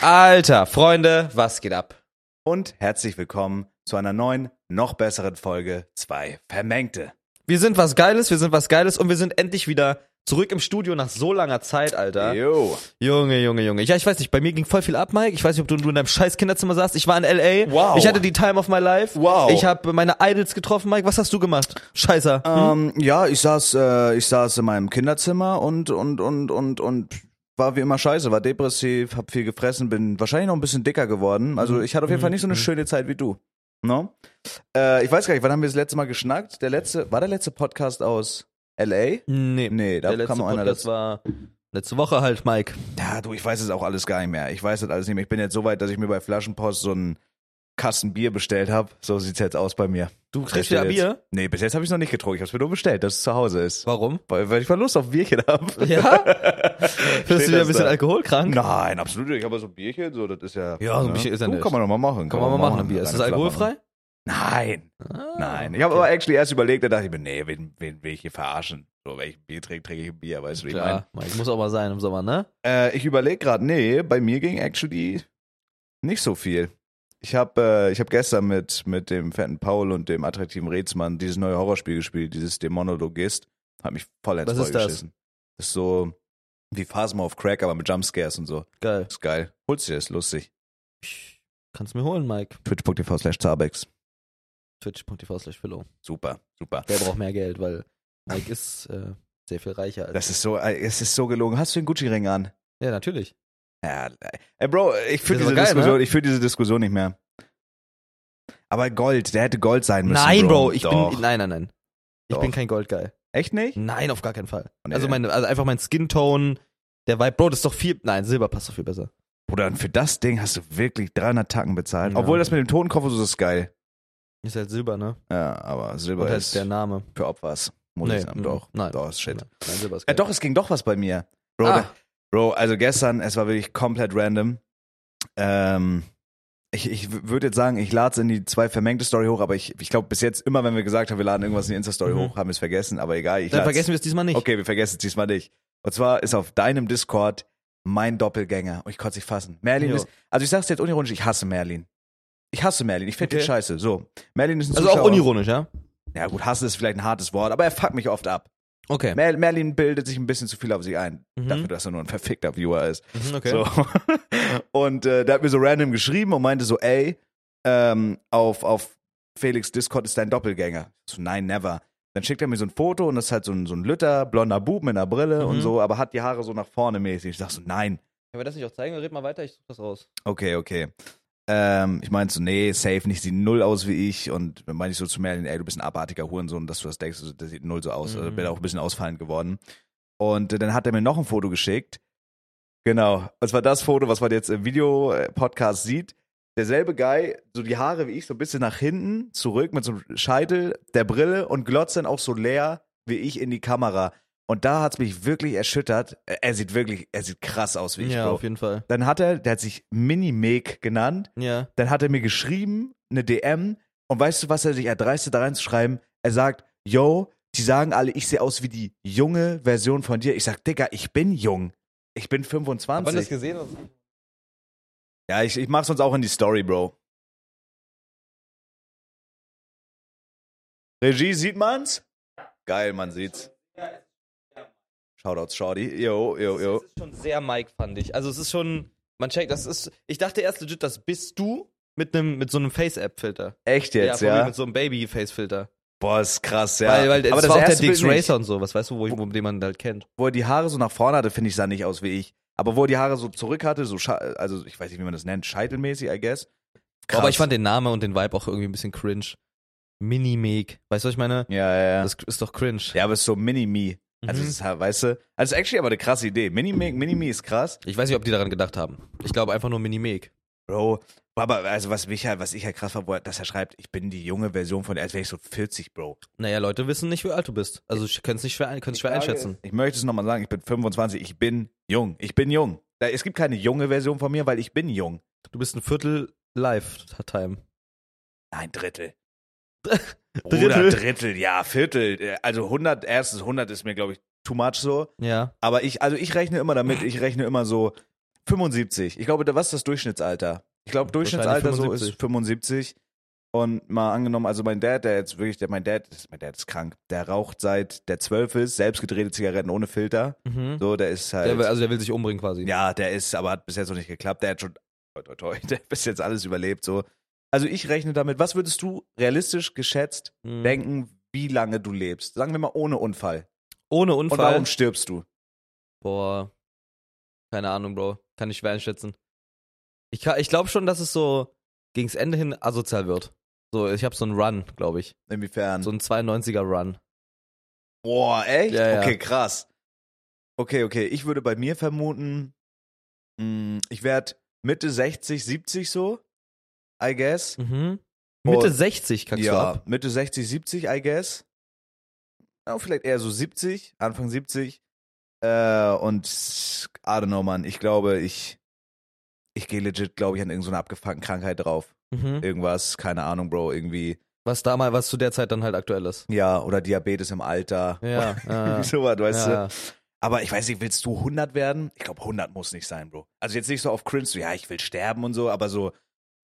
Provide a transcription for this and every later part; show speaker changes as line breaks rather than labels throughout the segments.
Alter, Freunde, was geht ab?
und herzlich willkommen zu einer neuen, noch besseren Folge 2 Vermengte.
Wir sind was Geiles, wir sind was Geiles und wir sind endlich wieder zurück im Studio nach so langer Zeit, Alter.
Jo.
Junge, Junge, Junge. Ja, ich weiß nicht, bei mir ging voll viel ab, Mike. Ich weiß nicht, ob du, du in deinem scheiß Kinderzimmer saßt. Ich war in L.A.
Wow.
Ich hatte die Time of my life.
Wow.
Ich habe meine Idols getroffen, Mike. Was hast du gemacht? Scheißer.
Ähm, ja, ich saß, äh, ich saß in meinem Kinderzimmer und, und, und, und, und war wie immer scheiße, war depressiv, hab viel gefressen, bin wahrscheinlich noch ein bisschen dicker geworden. Also ich hatte auf jeden Fall nicht so
Mhm.
eine schöne Zeit wie du. No? Äh, ich weiß gar nicht, wann haben wir das letzte Mal geschnackt? Der letzte, war der letzte Podcast aus L.A.?
Nee.
Nee, da
Der letzte
kam noch einer
Podcast
dazu.
war letzte Woche halt, Mike.
Ja, du, ich weiß es auch alles gar nicht mehr. Ich weiß das alles nicht mehr. Ich bin jetzt so weit, dass ich mir bei Flaschenpost so einen Kasten Bier bestellt habe. So sieht's jetzt aus bei mir.
Du
Bis
kriegst wieder
jetzt-
Bier.
Nee, bis jetzt habe ich noch nicht getrunken. Ich habe es mir nur bestellt, dass es zu Hause ist.
Warum?
Weil, weil ich mal Lust auf Bierchen habe.
Ja? Bist du wieder ein
das
bisschen
da? Genau.
alkoholkrank?
Nein, absolut nicht. Aber so Bierchen, so, das ist ja. ne?
Ja, so ein Bierchen ist ja
Du,
nett.
Kann man doch mal machen.
Kann man mal machen, ein Bier. Ist das
Kleine
alkoholfrei?
Nein,
Ah,
nein. Ich habe aber actually erst überlegt, da dachte ich mir, nee, wen, wen will ich hier verarschen? So, wenn ich ein Bier trinke, trinke ich ein Bier, weißt du, wie ich meine?
Klar, Mike, muss auch mal sein im Sommer, ne?
Äh, ich überlege gerade, nee, bei mir ging actually nicht so viel. Ich habe äh, ich hab gestern mit, mit dem fetten Paul und dem attraktiven Rätsmann dieses neue Horrorspiel gespielt, dieses Dämonologist. Hat mich vollends
Was ist das?
vollgeschissen. Das ist so wie Phasma of Crack, aber mit Jumpscares und so.
Geil.
Ist geil. Holst dir das, lustig.
Kannst mir holen, Mike.
Twitch.tv slash Zabex.
Twitch.tv slash Philo.
Super, super.
Der braucht mehr Geld, weil Mike ist äh, sehr viel reicher als.
Das ist so, äh, es ist so gelogen. Hast du den Gucci-Ring an?
ja, natürlich.
Ja, ey, Bro, ich fühle
Das ist
diese,
aber geil,
Diskussion-
ne?
ich fühl diese Diskussion nicht mehr. Aber Gold, der hätte Gold sein müssen.
Nein,
Bro,
Bro, ich
Doch.
bin. Nein, nein, nein. Ich
Doch.
bin kein Goldgeil.
Echt nicht?
Nein, auf gar keinen Fall.
Nee.
Also, meine, also einfach mein Skin-Tone, der Vibe. Bro, das ist doch viel. Nein, Silber passt doch viel besser.
Bruder, und für das Ding hast du wirklich 300 Tacken bezahlt.
Ja.
Obwohl das mit dem Tonkoffer so ist geil.
Ist halt Silber, ne?
Ja, aber Silber
Und halt
ist
der Name.
für Opfers. Muss
Nee,
ich sagen.
mhm.
Doch,
Nein.
doch, ist shit.
Nein, Silber ist
Ja,
geil.
doch, es ging doch was bei mir. Bro,
Ah.
da- Bro also gestern, es war wirklich komplett random. Ähm, ich ich würde jetzt sagen, ich lade es in die zwei vermengte Story hoch, aber ich, ich glaube bis jetzt immer, wenn wir gesagt haben, wir laden irgendwas in die Insta-Story
Mhm.
hoch, haben wir es vergessen, aber egal. Ich
Dann
lad's.
vergessen wir es diesmal nicht.
Okay, wir vergessen es diesmal nicht. Und zwar ist auf deinem Discord mein Doppelgänger. Und ich konnte es nicht fassen. Merlin
Jo.
ist. Also ich sag's dir jetzt unironisch, ich hasse Merlin. Ich hasse Merlin. Ich finde
Okay.
den scheiße. So. Merlin ist ein
Also
Zuschauer.
auch unironisch, ja?
Ja gut, hassen ist vielleicht ein hartes Wort, aber er fuckt mich oft ab.
Okay.
Mer Merlin bildet sich ein bisschen zu viel auf sich ein.
Mhm.
Dafür, dass er nur ein verfickter Viewer ist.
Mhm, okay.
So. Und äh, der hat mir so random geschrieben und meinte so, ey, ähm, auf, auf Felix Discord ist dein Doppelgänger. Ich So, nein, never. Dann schickt er mir so ein Foto und das ist halt so ein, so ein Lütter, blonder Bub mit einer Brille
Mhm.
und so, aber hat die Haare so nach vorne mäßig. Ich sag so, nein.
Können wir das nicht auch zeigen? Red mal weiter, ich such das raus.
Okay, okay. Ähm, ich meinte so, nee, safe nicht, sieht null aus wie ich. Und dann meinte ich so zu Merlin, ey, du bist ein abartiger Hurensohn, dass du das denkst, also, das sieht null so aus.
Mhm.
Also bin auch ein bisschen ausfallend geworden. Und äh, dann hat er mir noch ein Foto geschickt. Genau. Und zwar das Foto, was man jetzt im Videopodcast sieht. Derselbe Guy, so die Haare wie ich, so ein bisschen nach hinten, zurück mit so einem Scheitel, der Brille und glotzt dann auch so leer wie ich in die Kamera. Und da hat's mich wirklich erschüttert. Äh, Er sieht wirklich, er sieht krass aus wie ich,
ja,
Bro.
auf jeden Fall.
Dann hat er, der hat sich Mini-Meg genannt,
Ja.
dann hat er mir geschrieben, eine DM, und weißt du, was er sich erdreistet, da reinzuschreiben? Er sagt, yo, die sagen alle, ich sehe aus wie die junge Version von dir. Ich sag, Digga, ich bin jung. Ich bin 25.
gesehen? Oder?
Ja, ich, ich mach's uns auch in die Story, Bro. Regie, sieht man's? Geil, man sieht's. Shoutouts, Shorty. Yo, yo, yo.
Es ist schon sehr Mike, fand ich. Also es ist schon, man checkt, das ist, ich dachte erst legit, das bist du mit einem, mit so einem Face-App-Filter.
Echt jetzt,
von mir
ja?
Mit so einem Baby-Face-Filter.
Boah, ist krass, ja.
Weil, weil das
Aber das
war auch der
erste Bild
Dix
nicht.
Racer und so, was weißt du, wo, ich- wo den man halt kennt.
wo er die Haare so nach vorne hatte, finde ich, sah nicht aus wie ich. Aber wo er die Haare so zurück hatte, so scha- also ich weiß nicht, wie man das nennt, scheitelmäßig, I guess.
Aber ich fand den Namen und den Vibe auch irgendwie ein bisschen cringe. Mini-Meg. Weißt du, was ich meine?
Ja, ja, ja.
Das ist doch cringe.
ja, aber es ist so Mini-Me. Also,
Mhm.
es ist, halt, weißt du, also es ist actually aber eine krasse Idee. Mini-Me Mini ist krass.
Ich weiß nicht, ob die daran gedacht haben. Ich glaube einfach nur Mini-Meg.
Bro, aber also was mich halt, was ich halt krass war, wo er- dass er schreibt, ich bin die junge Version von, als wäre ich so 40, Bro.
Naja, Leute wissen nicht, wie alt du bist. Also können es nicht schwer, können's schwer einschätzen.
Ich möchte es nochmal sagen, ich bin 25, ich bin jung. Ich bin jung. Da- Es gibt keine junge Version von mir, weil ich bin jung.
Du bist ein Viertel Live-Time.
Nein, Drittel.
Drittel.
Oder Drittel, ja, Viertel. Äh, Also 100, erstens 100 ist mir, glaube ich, too much so.
Ja.
Aber ich, also ich rechne immer damit, ich rechne immer so, 75. Ich glaube, da- was ist das Durchschnittsalter? Ich glaube, Durchschnittsalter so ist 75. Und mal angenommen, also mein Dad, der jetzt wirklich, der, mein Dad, mein Dad ist krank. Der raucht seit der 12 ist, selbst gedrehte Zigaretten ohne Filter.
Mhm.
So, der ist halt.
Der will, also der will sich umbringen quasi.
Ja, der ist, aber hat bis jetzt noch nicht geklappt. Der hat schon, toi, toi, toi, der hat bis jetzt alles überlebt. So. Also ich rechne damit, was würdest du realistisch geschätzt
Mhm.
denken, wie lange du lebst? Sagen wir mal ohne Unfall.
Ohne
Und
Unfall.
warum stirbst du?
Boah. Keine Ahnung, Bro. Kann ich schwer einschätzen. Ich, ka- ich glaube schon, dass es so gegens Ende hin asozial wird. So, ich habe so einen Run, glaube ich.
Inwiefern?
So einen 92er Run.
Boah, echt?
Ja, ja.
Okay, krass. Okay, okay. Ich würde bei mir vermuten, mh, ich werde Mitte 60, 70 so, I guess.
Mhm.
Und-
Mitte 60 kackst du
ja,
ab.
Mitte 60, 70, I guess. Ja, vielleicht eher so 70, Anfang 70. Äh, und I don't know, Mann. Ich glaube, ich, ich gehe legit, glaube ich, an irgendeine abgefuckten Krankheit drauf.
Mhm.
Irgendwas, keine Ahnung, Bro, irgendwie.
Was damals, was zu der Zeit dann halt aktuell ist.
Ja, oder Diabetes im Alter.
Ja, ja,
so was, weißt du?
ja.
Aber ich weiß nicht, willst du 100 werden? Ich glaube, 100 muss nicht sein, Bro. Also jetzt nicht so auf Cringe, so, ja, ich will sterben und so, aber so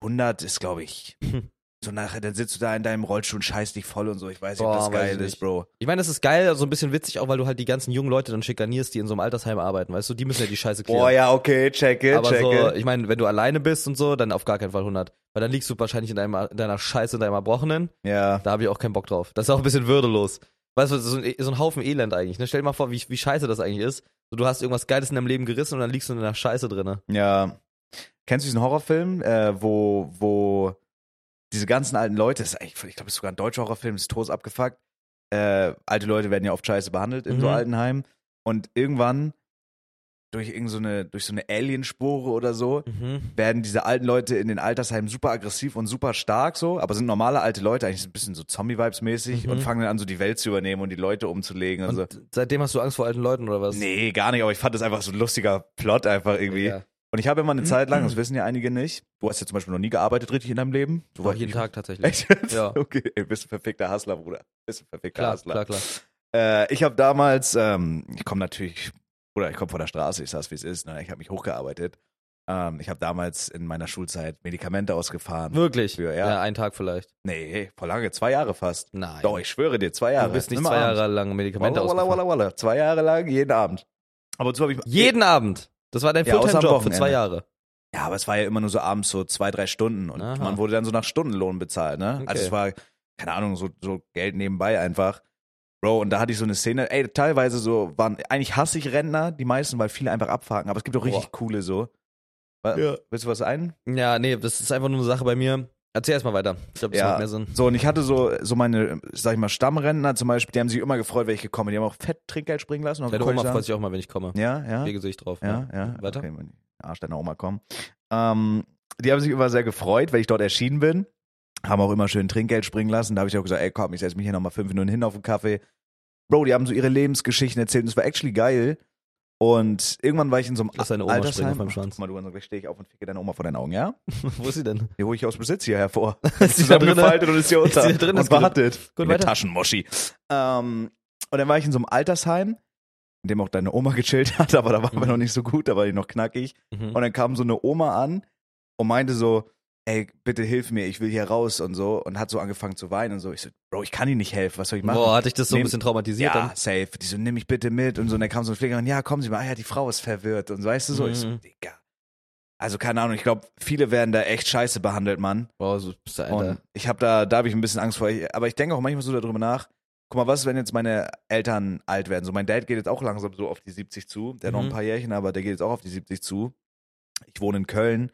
100 ist, glaube ich,
Hm.
so nachher, dann sitzt du da in deinem Rollstuhl und scheißt dich voll und so. Ich weiß nicht,
Boah,
ob das
weiß
geil
ich
ist,
nicht.
Bro.
Ich meine, das ist geil, so also ein bisschen witzig, auch weil du halt die ganzen jungen Leute dann schikanierst, die in so einem Altersheim arbeiten, weißt du? Die müssen ja die Scheiße klären.
Boah, ja, okay, check it,
Aber
check
so,
it.
ich meine, wenn du alleine bist und so, dann auf gar keinen Fall 100. Weil dann liegst du wahrscheinlich in, deinem, in deiner Scheiße, in deinem Erbrochenen.
Ja,
Da habe ich auch keinen Bock drauf. Das ist auch ein bisschen würdelos. Weißt du, so ein, so ein Haufen Elend eigentlich. Ne? Stell dir mal vor, wie, wie scheiße das eigentlich ist. So, du hast irgendwas Geiles in deinem Leben gerissen und dann liegst du in der Scheiße drinne.
ja. Kennst du diesen Horrorfilm, äh, wo, wo diese ganzen alten Leute, das ist eigentlich, ich glaube, das ist sogar ein deutscher Horrorfilm, ist Toast abgefuckt. Äh, alte Leute werden ja oft scheiße behandelt in so
Mhm.
Altenheimen. Und irgendwann durch irgend so eine, durch so eine Alienspore oder so,
Mhm.
werden diese alten Leute in den Altersheimen super aggressiv und super stark so, aber sind normale alte Leute eigentlich so ein bisschen so Zombie-Vibes mäßig
Mhm.
und fangen dann an, so die Welt zu übernehmen und die Leute umzulegen und,
Und
so.
seitdem hast du Angst vor alten Leuten oder was?
Nee, gar nicht, aber ich fand das einfach so ein lustiger Plot einfach irgendwie.
Ja.
Und ich habe immer eine Zeit lang,
Mhm.
das wissen ja einige nicht, du hast ja zum Beispiel noch nie gearbeitet richtig in deinem Leben. Du
Doch, jeden Tag tatsächlich.
Echt jetzt?
Ja.
Okay, ey, bist ein perfekter Hustler, Bruder. Bist ein perfekter
Klar,
Hustler.
klar, klar.
Äh, ich habe damals, ähm, ich komme natürlich, oder ich komme von der Straße, ich sag's wie es ist, ne? ich habe mich hochgearbeitet. Ähm, ich habe damals in meiner Schulzeit Medikamente ausgefahren.
Wirklich?
Ja, ja.
ja, einen Tag vielleicht.
Nee, vor lange, zwei Jahre fast.
Nein.
Doch, ich schwöre dir, zwei Jahre.
Du bist nicht
Immer
zwei
abends.
Jahre lang Medikamente
walla, walla,
ausgefahren.
walla, walla. Zwei Jahre lang, jeden Abend. Aber so habe ich.
Jeden Abend. Das war dein
Ja, außer am
Fulltime-Job für
Wochenende.
zwei Jahre.
Ja, aber es war ja immer nur so abends so zwei, drei Stunden und
Aha.
man wurde dann so nach Stundenlohn bezahlt, ne?
Okay.
Also es war, keine Ahnung, so, so Geld nebenbei einfach. Bro, und da hatte ich so eine Szene, ey, teilweise so waren, eigentlich hasse ich Rentner, die meisten, weil viele einfach abfahren, aber es gibt auch richtig coole so. Wa-
Ja.
Willst du was ein?
Ja, nee, das ist einfach nur eine Sache bei mir. Erzähl erstmal weiter. Ich glaube, das
Ja.
macht mehr Sinn.
So, und ich hatte so, so meine, sag ich mal, Stammrentner zum Beispiel, die haben sich immer gefreut, wenn ich gekommen bin. Die haben auch fett Trinkgeld springen lassen. Und
Deine
geguckt,
Oma
sagen-
freut sich auch mal, wenn ich komme.
Ja, ja.
Ihr Gesicht drauf.
Ja,
ne?
ja.
Weiter.
Okay, mein Arsch deiner Oma kommen. Ähm, die haben sich immer sehr gefreut, weil ich dort erschienen bin. Haben auch immer schön Trinkgeld springen lassen. Da habe ich auch gesagt, ey komm, ich setz mich hier nochmal fünf Minuten hin auf den Kaffee. Bro, die haben so ihre Lebensgeschichten erzählt und es war actually geil. Und irgendwann war ich in so einem
Lass deine Oma springen auf meinem Schwanz.
Guck mal, du, gleich stehe ich auf und ficke deine Oma vor deinen Augen, ja?
Wo ist sie denn?
Die hole ich aus Besitz hier hervor.
Ist sie da drinne?
Zusammengefaltet und ist hier
Ist sie
unter.
da drin?
und
Ist gut.
wartet.
Gut,
Wie eine
weiter.
Taschenmoschi. Ähm, und dann war ich in so einem Altersheim, in dem auch deine Oma gechillt hat, aber da waren wir
Mhm.
noch nicht so gut, da war ich noch knackig.
Mhm.
Und dann kam so eine Oma an und meinte so, ey, bitte hilf mir, ich will hier raus und so. Und hat so angefangen zu weinen und so. Ich so, Bro, ich kann dir nicht helfen, was soll ich machen?
Boah, hatte ich das so ein
Nehm-
bisschen traumatisiert
ja,
dann?
safe. Die so, nimm mich bitte mit. Und so, und dann kam so ein Pfleger und ja, kommen Sie mal. Ah ja, die Frau ist verwirrt. Und so, weißt du so, ich so,
Mhm.
Digga. Also keine Ahnung, ich glaube, viele werden da echt scheiße behandelt, Mann.
Boah, so bist du
Und
Alter.
ich habe da, da habe ich ein bisschen Angst vor. Ich- Aber ich denke auch manchmal so darüber nach. Guck mal, was, wenn jetzt meine Eltern alt werden? So, mein Dad geht jetzt auch langsam so auf die 70 zu. Der hat noch
Mhm.
ein paar Jährchen, aber der geht jetzt auch auf die 70 zu. Ich wohne in Köln.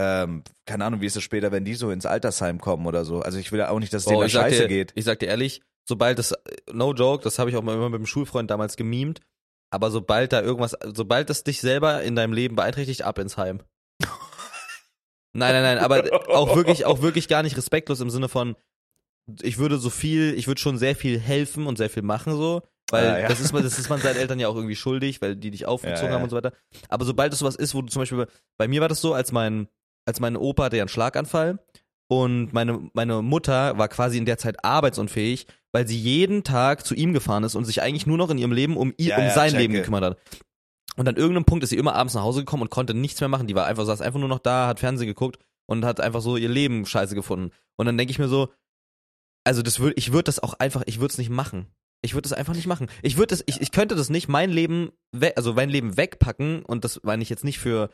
Ähm, keine Ahnung, wie ist es später, wenn die so ins Altersheim kommen oder so. Also ich will ja auch nicht, dass es denen
Boah,
da
ich, sag
scheiße
dir,
geht.
ich sag dir ehrlich, sobald das, äh, no joke, das habe ich auch mal immer mit einem Schulfreund damals gemimt, aber sobald da irgendwas, sobald das dich selber in deinem Leben beeinträchtigt, ab ins Heim. Nein, nein, nein, aber auch wirklich, auch wirklich gar nicht respektlos im Sinne von, ich würde so viel, ich würde schon sehr viel helfen und sehr viel machen so, weil
Ah, ja.
das ist man, das ist man seinen Eltern ja auch irgendwie schuldig, weil die dich aufgezogen
Ja, ja.
haben und so weiter. Aber sobald es sowas ist, wo du zum Beispiel, bei mir war das so, als mein, als mein Opa hatte ja einen Schlaganfall und meine, meine Mutter war quasi in der Zeit arbeitsunfähig, weil sie jeden Tag zu ihm gefahren ist und sich eigentlich nur noch in ihrem Leben um, ihr,
Ja,
um
ja,
sein
checke.
Leben gekümmert hat. Und an irgendeinem Punkt ist sie immer abends nach Hause gekommen und konnte nichts mehr machen. Die war einfach, saß einfach nur noch da, hat Fernsehen geguckt und hat einfach so ihr Leben scheiße gefunden. Und dann denke ich mir so, also das würde, ich würde das auch einfach, ich würde es nicht machen. Ich würde das einfach nicht machen. Ich würde das, ich, ich könnte das nicht mein Leben, we also mein Leben wegpacken und das meine ich jetzt nicht für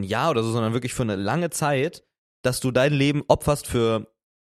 ein Jahr oder so, sondern wirklich für eine lange Zeit, dass du dein Leben opferst für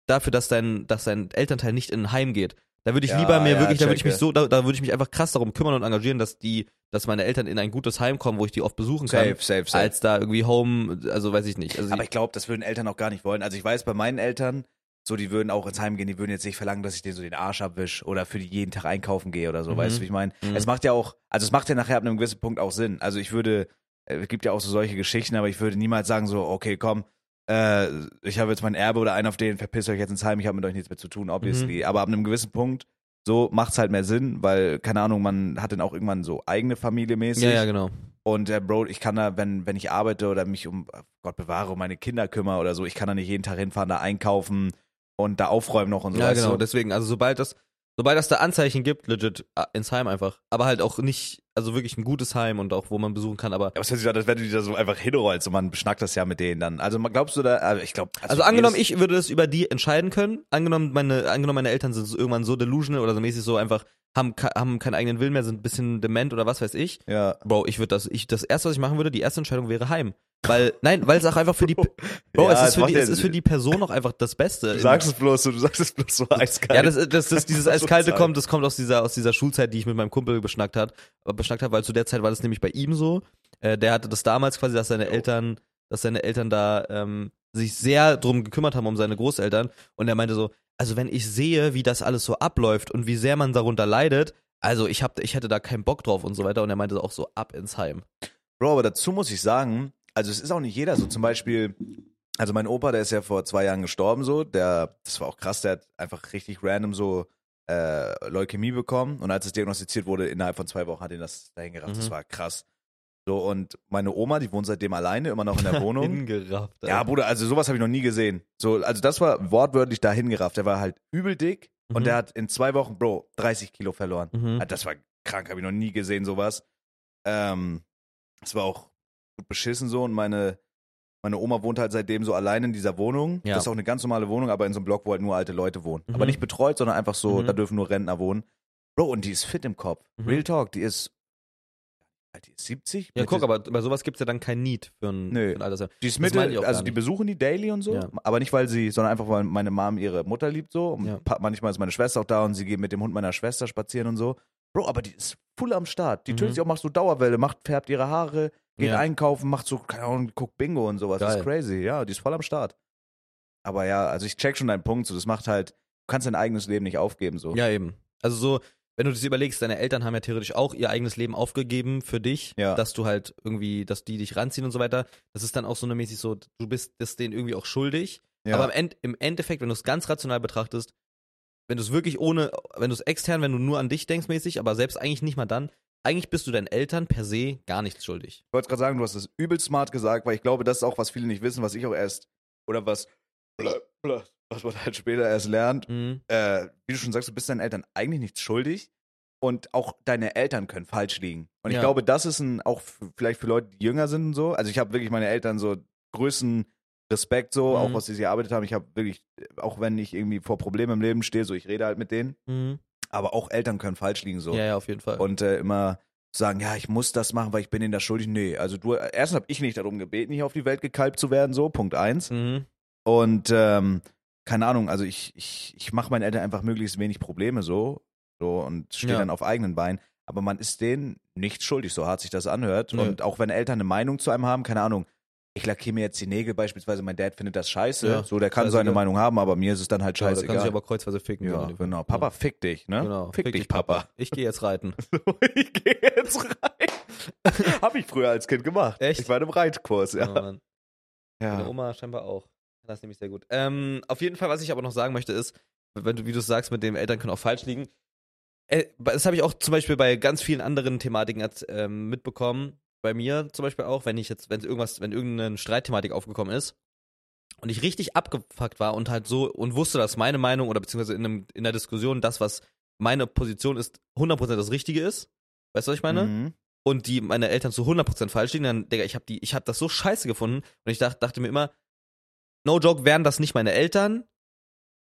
dafür, dass dein, dass dein Elternteil nicht in ein Heim geht. Da würde ich
Ja,
lieber mir
ja,
wirklich, da würde ich
checke.
mich so, da, da würde ich mich einfach krass darum kümmern und engagieren, dass die, dass meine Eltern in ein gutes Heim kommen, wo ich die oft besuchen kann,
Safe, safe, safe.
als da irgendwie Home, also weiß ich nicht. Also
Aber ich glaube, das würden Eltern auch gar nicht wollen. Also ich weiß, bei meinen Eltern, so die würden auch ins Heim gehen, die würden jetzt nicht verlangen, dass ich denen so den Arsch abwisch oder für die jeden Tag einkaufen gehe oder so,
Mhm.
weißt du, wie ich meine?
Mhm.
Es macht ja auch, also es macht ja nachher ab einem gewissen Punkt auch Sinn. Also ich würde, äh, es gibt ja auch so solche Geschichten, aber ich würde niemals sagen so, okay, komm, äh, ich habe jetzt mein Erbe oder einen auf den, verpisst euch jetzt ins Heim, ich habe mit euch nichts mehr zu tun, obviously.
Mhm.
Aber ab einem gewissen Punkt, so macht's halt mehr Sinn, weil, keine Ahnung, man hat dann auch irgendwann so eigene Familie mäßig.
ja, ja, genau.
Und äh, Bro, ich kann da, wenn, wenn ich arbeite oder mich um, Gott bewahre, um meine Kinder kümmere oder so, ich kann da nicht jeden Tag hinfahren, da einkaufen und da aufräumen noch und so.
Ja,
weißt
genau,
du?
deswegen, also sobald das, sobald das da Anzeichen gibt, legit, ah, ins Heim einfach. Aber halt auch nicht, also wirklich ein gutes Heim und auch, wo man besuchen kann, aber.
Ja, was hört sich an, als wenn du die da so einfach hinrollst und man beschnackt das ja mit denen dann. Also man- glaubst du da, also ich glaube.
Also angenommen, ich würde das über die entscheiden können. Angenommen, meine, angenommen, meine Eltern sind so irgendwann so delusional oder so mäßig so einfach, haben, ke- haben keinen eigenen Willen mehr, sind ein bisschen dement oder was weiß ich. Äh,
Ja.
Bro, ich würde das, ich, das erste, was ich machen würde, die erste Entscheidung wäre Heim. Weil, nein, weil es auch einfach für die, Bro,
Ja,
es,
das
ist für
macht
die,
ja
es ist
Sinn.
für die Person auch einfach das Beste.
Du sagst es bloß so, du sagst es bloß so eiskalt.
Ja, das, äh, das, das, dieses
Das muss
Eiskalte
sein.
kommt, das kommt aus dieser, aus dieser Schulzeit, die ich mit meinem Kumpel beschnackt hat, äh, beschnackt habe, weil zu der Zeit war das nämlich bei ihm so. Äh, der hatte das damals quasi, dass seine
Jo.
Eltern, dass seine Eltern da ähm, sich sehr drum gekümmert haben um seine Großeltern. Und er meinte so, also wenn ich sehe, wie das alles so abläuft und wie sehr man darunter leidet, also ich hab, ich hätte da keinen Bock drauf und so weiter. Und er meinte so, auch so ab ins Heim.
Bro, aber dazu muss ich sagen, also es ist auch nicht jeder so. Zum Beispiel, also mein Opa, der ist ja vor zwei Jahren gestorben, so, der, das war auch krass, der hat einfach richtig random so äh, Leukämie bekommen und als es diagnostiziert wurde, innerhalb von zwei Wochen hat ihn das dahin gerafft.
Mhm.
Das war krass. So, und meine Oma, die wohnt seitdem alleine, immer noch in der Wohnung.
Hingerafft.
ja, Bruder, also sowas habe ich noch nie gesehen. So, also das war wortwörtlich dahin gerafft. Der war halt übel dick
Mhm.
und der hat in zwei Wochen, Bro, 30 Kilo verloren.
Mhm.
Ah, Das war krank, habe ich noch nie gesehen, sowas. Ähm, es war auch gut beschissen so und meine, meine Oma wohnt halt seitdem so allein in dieser Wohnung.
Ja.
Das ist auch eine ganz normale Wohnung, aber in so einem Block, wo halt nur alte Leute wohnen.
Mhm.
Aber nicht betreut, sondern einfach so,
Mhm.
da dürfen nur Rentner wohnen. Bro, und die ist fit im Kopf.
Mhm.
Real Talk, die ist, die ist 70.
Ja,
Mitte-
guck, aber bei sowas gibt's ja dann kein Need für ein,
Nö.
für ein Altersheim.
Die ist
das meine ich auch
Mitte, also
gar
die
nicht.
besuchen die daily und so,
Ja.
aber nicht weil sie, sondern einfach weil meine Mom ihre Mutter liebt so. Und
Ja.
pa- Manchmal ist meine Schwester auch da und sie geht mit dem Hund meiner Schwester spazieren und so. Bro, aber die ist full am Start. Die
Mhm.
tötet sich auch, macht so Dauerwelle, macht, färbt ihre Haare, geht
Ja.
einkaufen, macht so, keine Ahnung, guckt Bingo und sowas. Das ist crazy, ja, die ist voll am Start. Aber ja, also ich check schon deinen Punkt, so das macht halt, du kannst dein eigenes Leben nicht aufgeben, so.
Ja, eben. Also so, wenn du das überlegst, deine Eltern haben ja theoretisch auch ihr eigenes Leben aufgegeben für dich,
Ja.
dass du halt irgendwie, dass die dich ranziehen und so weiter. Das ist dann auch so eine mäßig so, du bist das denen irgendwie auch schuldig.
Ja.
Aber im, End, im Endeffekt, wenn du es ganz rational betrachtest, wenn du es wirklich ohne, wenn du es extern, wenn du nur an dich denkst mäßig, aber selbst eigentlich nicht mal dann, eigentlich bist du deinen Eltern per se gar nichts schuldig.
Ich wollte gerade sagen, du hast es übel smart gesagt, weil ich glaube, das ist auch, was viele nicht wissen, was ich auch erst, oder was, was man halt später erst lernt.
Mhm.
äh, wie du schon sagst, du bist deinen Eltern eigentlich nichts schuldig und auch deine Eltern können falsch liegen. Und ich
Ja.
glaube, das ist ein, auch f- vielleicht für Leute, die jünger sind und so. Also ich habe wirklich meine Eltern so größten Respekt so, auch
Mhm.
was sie sich erarbeitet haben. Ich habe wirklich, auch wenn ich irgendwie vor Problemen im Leben stehe, so ich rede halt mit denen,
Mhm.
aber auch Eltern können falsch liegen so.
Ja, ja, auf jeden Fall.
Und äh, immer zu sagen, ja, ich muss das machen, weil ich bin ihnen das schuldig. Nee, also du, erstens habe ich nicht darum gebeten, hier auf die Welt gekalbt zu werden, so, Punkt eins.
mhm.
Und ähm, keine Ahnung, also ich, ich, ich mache meinen Eltern einfach möglichst wenig Probleme so, so und stehe
Ja.
dann auf eigenen Beinen. Aber man ist denen nicht schuldig, so hart sich das anhört.
Nö.
Und auch wenn Eltern eine Meinung zu einem haben, keine Ahnung, ich lackiere mir jetzt die Nägel beispielsweise, mein Dad findet das scheiße.
Ja,
So, der kann
scheißegal.
seine Meinung haben, aber mir ist es dann halt
Scheiße,
scheißegal.
kannst dich aber kreuzweise ficken.
ja,
so in dem Fall.
genau. Papa, fick dich, ne?
Genau.
Fick, dich, Papa.
Ich gehe jetzt reiten.
ich gehe jetzt rein. Hab ich früher als Kind gemacht.
Echt? Genau.
Ich war in einem Reitkurs,
Oh,
ja.
Mann. Meine
ja.
Oma scheinbar auch. Das ist nämlich sehr gut. Ähm, auf jeden Fall, was ich aber noch sagen möchte, ist, wenn du, wie du es sagst, mit dem Eltern können auch falsch liegen. Äh, Das habe ich auch zum Beispiel bei ganz vielen anderen Thematiken als, ähm, mitbekommen. Bei mir zum Beispiel auch, wenn ich jetzt, wenn irgendwas, wenn irgendeine Streitthematik aufgekommen ist und ich richtig abgefuckt war und halt so und wusste, dass meine Meinung oder beziehungsweise in, einem, in der Diskussion das, was meine also Position ist, 100% das Richtige ist. Weißt du, was ich meine?
Mhm.
und die meine Eltern zu 100% falsch liegen, dann, Digga, ich habe die, ich habe das so scheiße gefunden und ich dacht, dachte mir immer, no joke, wären das nicht meine Eltern,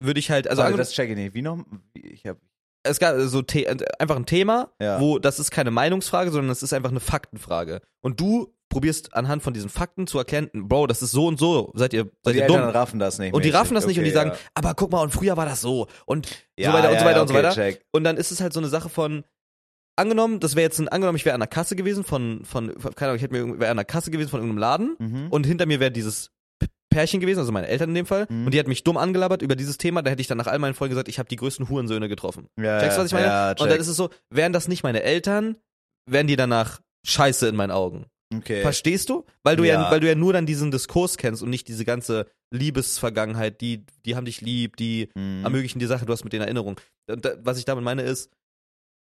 würde ich halt, also
Warte,
ange-
das checke ich nicht. Wie noch? Ich hab,
es gab so The äh, einfach ein Thema,
Ja.
wo das ist keine Meinungsfrage, sondern das ist einfach eine Faktenfrage. Und du probierst anhand von diesen Fakten zu erkennen, Bro, das ist so und so, seid ihr, seid
die
ihr
Eltern
dumm.
raffen das nicht.
Und die
mäßig.
raffen das nicht und die
Okay,
sagen,
ja.
aber guck mal, und früher war das so und
Ja,
so weiter und
ja,
so weiter
ja,
und so
okay,
weiter.
Check.
Und dann ist es halt so eine Sache von, angenommen, das wäre jetzt ein, angenommen, ich wäre an der Kasse gewesen von, von, von keine Ahnung, ich hätte mir irgend- wäre an der Kasse gewesen von irgendeinem Laden
Mhm.
und hinter mir wäre dieses P- Pärchen gewesen, also meine Eltern in dem Fall,
Mhm.
und die hat mich dumm angelabert über dieses Thema, da hätte ich dann nach all meinen Folgen gesagt, ich habe die größten Hurensöhne getroffen.
ja,
checkst du, was ich meine?
Äh, Ja,
Und
check.
dann ist es so, wären das nicht meine Eltern, wären die danach scheiße in meinen Augen.
okay.
Verstehst du? Weil du ja.
Äh, Ja.
weil du ja nur dann diesen Diskurs kennst und nicht diese ganze Liebesvergangenheit, die, die haben dich lieb, die
Mhm.
ermöglichen die Sache, du hast mit denen Erinnerung. Und da, was ich damit meine ist,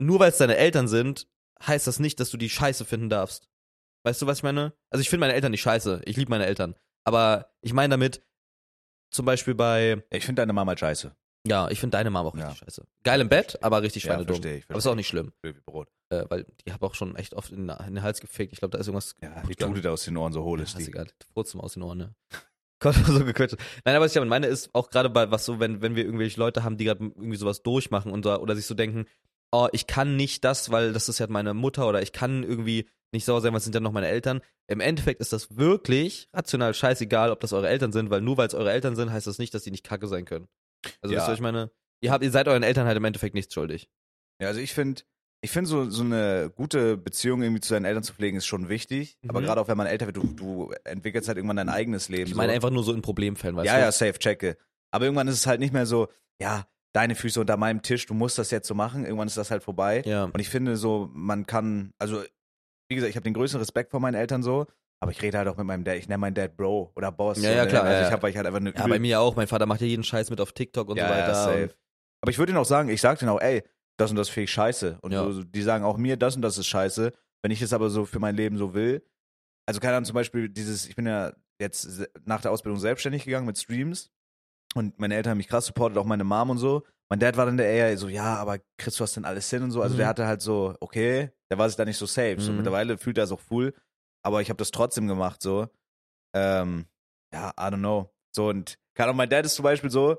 nur weil es deine Eltern sind, heißt das nicht, dass du die scheiße finden darfst. Weißt du, was ich meine? Also ich finde meine Eltern nicht scheiße, ich liebe meine Eltern. Aber ich meine damit, zum Beispiel bei,
Ich finde deine Mama scheiße.
ja, ich finde deine Mama auch richtig
Ja.
scheiße. Geil im Bett, aber richtig
Ja,
schweinedumm.
verstehe ich.
aber ist
Verstehe.
auch nicht schlimm,
ich. Wie Brot.
äh, weil die habe auch schon echt oft in, in den Hals gefickt. Ich glaube, da ist irgendwas
Ja,
kaputt
die
gegangen.
Tute da aus den Ohren, so hol ist
Ja, ist
die.
egal, kurz mal aus den Ohren, ne? Gott, so gequetscht. Nein, aber was ich damit meine, ist auch gerade bei was so, wenn, wenn wir irgendwelche Leute haben, die gerade irgendwie sowas durchmachen und, da- oder sich so denken, oh, ich kann nicht das, weil das ist ja halt meine Mutter oder ich kann irgendwie nicht sauer sein, was sind ja noch meine Eltern. Im Endeffekt ist das wirklich rational scheißegal, ob das eure Eltern sind, weil nur weil es eure Eltern sind, heißt das nicht, dass die nicht kacke sein können. Also,
Ja.
wisst ihr, was ich meine? Ihr, habt, ihr seid euren Eltern halt im Endeffekt nichts schuldig.
Ja, also ich finde, ich finde so, so eine gute Beziehung irgendwie zu deinen Eltern zu pflegen ist schon wichtig. Aber
Mhm.
gerade auch wenn man älter wird, du, du entwickelst halt irgendwann dein eigenes Leben.
Ich meine
so.
einfach nur so in Problemfällen, weißt
ja,
du?
ja, safe, checke. Aber irgendwann ist es halt nicht mehr so, ja, deine Füße unter meinem Tisch, du musst das jetzt so machen. Irgendwann ist das halt vorbei.
ja.
Und ich finde so, man kann, also wie gesagt, ich habe den größten Respekt vor meinen Eltern so, aber ich rede halt auch mit meinem Dad, ich nenne meinen Dad Bro oder Boss.
Ja,
so,
ja,
ne?
klar,
Also
ja,
ich
ja.
habe, weil ich halt einfach eine
Ja,
übel-
bei mir auch. Mein Vater macht ja jeden Scheiß mit auf TikTok und
ja,
so weiter.
ja,
und-
safe. Aber ich würde ihnen auch sagen, ich sage denen auch, ey, das und das finde ich scheiße. Und
Ja.
so, die sagen auch mir, das und das ist scheiße. Wenn ich es aber so für mein Leben so will, also keine Ahnung, zum Beispiel dieses, ich bin ja jetzt se- nach der Ausbildung selbstständig gegangen mit Streams und meine Eltern haben mich krass supportet, auch meine Mom und so. Mein Dad war dann der eher so, ja, aber kriegst du das denn alles hin und so. Also
Mhm.
der hatte halt so, okay, der war sich da nicht so safe. So
Mhm.
mittlerweile fühlt er es auch cool, aber ich habe das trotzdem gemacht so. Ähm, ja, I don't know. So und keine Ahnung, mein Dad ist zum Beispiel so,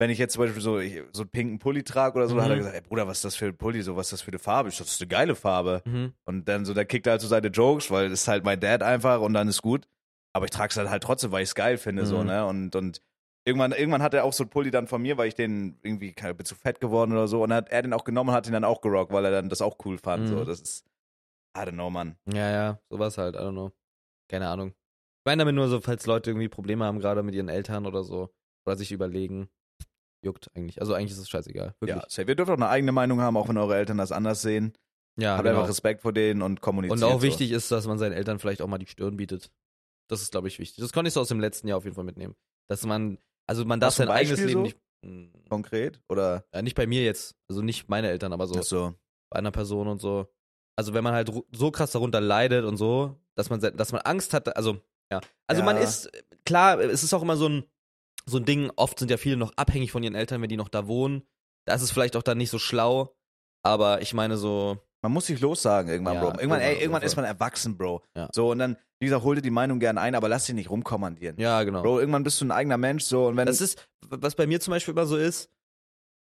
wenn ich jetzt zum Beispiel so, ich, so einen pinken Pulli trage oder so, dann hat er
Mhm.
gesagt, ey Bruder, was ist das für ein Pulli, so, was ist das für eine Farbe? Ich so, das ist eine geile Farbe.
Mhm.
Und dann so, da kickt er halt so seine Jokes, weil das ist halt mein Dad einfach und dann ist gut. Aber ich trage es dann halt trotzdem, weil ich es geil finde, so,
Mhm.
ne? Und, und irgendwann, irgendwann hat er auch so einen Pulli dann von mir, weil ich den irgendwie, keine Ahnung, bin zu fett geworden oder so. Und dann hat er den auch genommen und hat ihn dann auch gerockt, weil er dann das auch cool fand.
Mhm.
So, das ist, I don't know, Mann.
Ja, ja, sowas halt, I don't know. Keine Ahnung. Ich meine damit nur so, falls Leute irgendwie Probleme haben, gerade mit ihren Eltern oder so, oder sich überlegen, juckt eigentlich. Also eigentlich ist es scheißegal.
Ja,
Wirklich.
safe. ihr dürft auch eine eigene Meinung haben, auch wenn eure Eltern das anders sehen.
Ja,
Habt
genau.
einfach Respekt vor denen und kommuniziert.
Und auch
so.
wichtig ist, dass man seinen Eltern vielleicht auch mal die Stirn bietet. Das ist, glaube ich, wichtig. Das konnte ich so aus dem letzten Jahr auf jeden Fall mitnehmen. Dass man, also man darf
Hast du ein
sein eigenes
Beispiel
Leben
so?
nicht. Hm,
Konkret? Oder?
Ja, nicht bei mir jetzt. Also nicht meine Eltern, aber so
Ach so.
bei einer Person und so. Also wenn man halt ru- so krass darunter leidet und so, dass man, se- dass man Angst hat, also ja. Also
Ja.
man ist, klar, es ist auch immer so ein, so ein Ding, oft sind ja viele noch abhängig von ihren Eltern, wenn die noch da wohnen. Da ist es vielleicht auch dann nicht so schlau, aber ich meine so,
Man muss sich lossagen irgendwann,
Ja,
Bro. Irgendwann,
irgendwann,
ey, irgendwann
irgendwann.
ist man erwachsen, Bro.
Ja.
So, und dann, wie gesagt, hol dir die Meinung gern ein, aber lass dich nicht rumkommandieren.
ja, genau.
Bro, irgendwann bist du ein eigener Mensch, so, und wenn.
Das ist, was bei mir zum Beispiel immer so ist,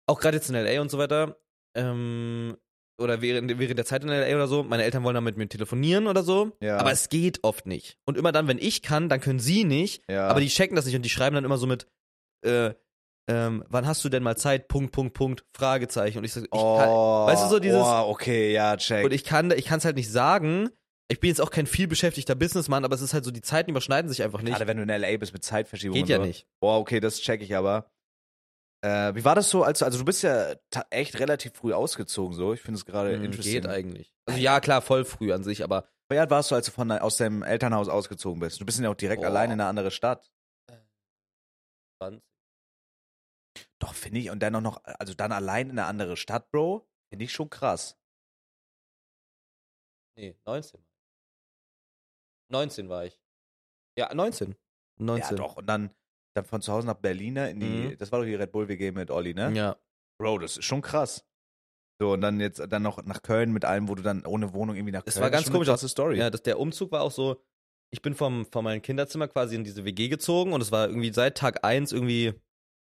auch gerade jetzt in L.A. und so weiter, ähm, oder während, während der Zeit in L.A. oder so, meine Eltern wollen dann mit mir telefonieren oder so,
Ja.
aber es geht oft nicht. Und immer dann, wenn ich kann, dann können sie nicht,
ja.
Aber die checken das nicht und die schreiben dann immer so mit, äh, ähm, wann hast du denn mal Zeit? Punkt, Punkt, Punkt, Fragezeichen. Und ich sag, ich
oh,
weißt du, so dieses-
Oh, okay, ja, check.
kann, und ich kann, ich kann's halt nicht sagen. Ich bin jetzt auch kein viel beschäftigter Businessmann, aber es ist halt so, die Zeiten überschneiden sich einfach nicht.
Gerade wenn du in L.A. bist mit Zeitverschiebung.
Geht
und
ja
so.
nicht.
Boah, okay, das check ich aber. Äh, wie war das so, als du, also du bist ja ta- echt relativ früh ausgezogen, so. Ich finde es gerade
Hm,
interesting.
Geht eigentlich. Also ja, klar, voll früh an sich, aber
Wie alt warst du, als du von, dein- aus deinem Elternhaus ausgezogen bist? Du bist ja auch direkt
Boah.
allein in eine andere Stadt. Doch, finde ich. Und dann auch noch, also dann allein in eine andere Stadt, Bro, finde ich schon krass.
nee, 19. 19 war ich. Ja, 19. 19.
Ja, doch. Und dann, dann von zu Hause nach Berlin, ne, in die,
Mhm.
das war doch die Red Bull WG mit Olli, ne?
Ja.
Bro, das ist schon krass. So, und dann jetzt dann noch nach Köln mit allem, wo du dann ohne Wohnung irgendwie nach Köln
Es war ganz
schon
komisch.
Eine krasse Story.
Ja, das, der Umzug war auch so, ich bin vom, von meinem Kinderzimmer quasi in diese WG gezogen und es war irgendwie seit Tag eins irgendwie,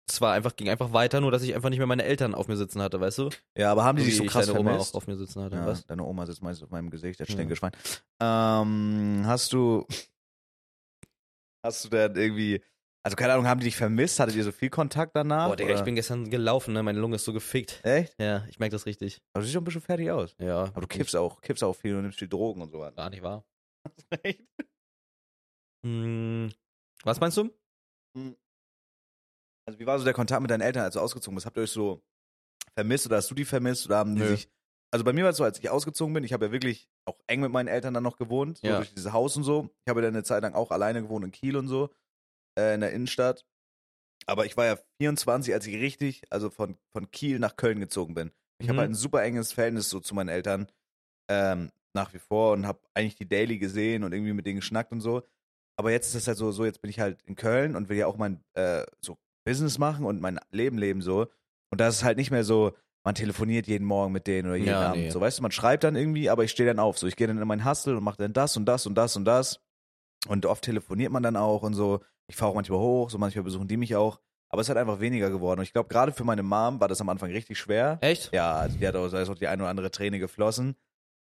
es war einfach, ging einfach weiter, nur dass ich einfach nicht mehr meine Eltern auf mir sitzen hatte, weißt du?
Ja, aber haben die
Wie
sich so
ich
krass
deine Oma
vermisst?
auch auf mir sitzen hatte.
ja,
Was?
Deine Oma sitzt meistens auf meinem Gesicht, das
Ja.
Stinkeschwein. Ähm, hast du. Hast du dann irgendwie. Also, keine Ahnung, haben die dich vermisst? Hattet ihr so viel Kontakt danach?
Boah, Digga, ich
oder?
bin gestern gelaufen, ne? Meine Lunge ist so gefickt.
Echt?
Ja, ich merke das richtig.
Aber du siehst schon ein bisschen fertig aus.
Ja.
Aber du kippst auch, kippst auch viel und nimmst viel Drogen und so an.
Gar nicht wahr. Hm, was meinst du?
Also, wie war so der Kontakt mit deinen Eltern, als du ausgezogen bist? Habt ihr euch so vermisst oder hast du die vermisst oder haben die
Nö.
sich. Also bei mir war es so, als ich ausgezogen bin, ich habe ja wirklich auch eng mit meinen Eltern dann noch gewohnt, so
Ja.
durch dieses Haus und so. Ich habe dann eine Zeit lang auch alleine gewohnt in Kiel und so, äh, in der Innenstadt. Aber ich war ja 24, als ich richtig, also von, von Kiel nach Köln gezogen bin. Ich habe
Mhm.
halt ein super enges Verhältnis so zu meinen Eltern ähm, nach wie vor und habe eigentlich die Daily gesehen und irgendwie mit denen geschnackt und so. Aber jetzt ist das halt so, so jetzt bin ich halt in Köln und will ja auch mein äh, so Business machen und mein Leben leben so. Und das ist halt nicht mehr so, man telefoniert jeden Morgen mit denen oder jeden
Ja,
Abend.
nee.
So, weißt du, man schreibt dann irgendwie, aber ich stehe dann auf. So, ich gehe dann in meinen Hustle und mache dann das und das und das und das. Und oft telefoniert man dann auch und so. Ich fahre auch manchmal hoch, so manchmal besuchen die mich auch. Aber es hat einfach weniger geworden. Und ich glaube, gerade für meine Mom war das am Anfang richtig schwer.
Echt?
Ja, also die hat auch, da ist auch die eine oder andere Träne geflossen.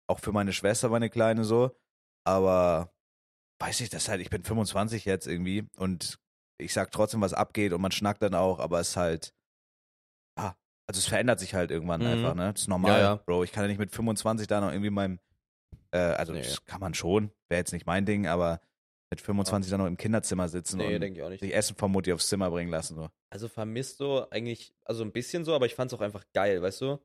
Auch für meine Schwester, meine Kleine so. Aber weiß ich das halt, ich bin 25 jetzt irgendwie und ich sag trotzdem, was abgeht und man schnackt dann auch, aber es ist halt. Ah, also es verändert sich halt irgendwann
Mhm.
einfach, ne? Das ist normal,
Ja, ja.
Bro. Ich kann ja nicht mit 25 da noch irgendwie meinem. Äh, also
Nee.
das kann man schon, wäre jetzt nicht mein Ding, aber mit 25 dann noch im Kinderzimmer sitzen und
ich auch nicht.
sich Essen vom Mutti aufs Zimmer bringen lassen. So.
Also vermisst so eigentlich, also ein bisschen so, aber ich fand's auch einfach geil, weißt du?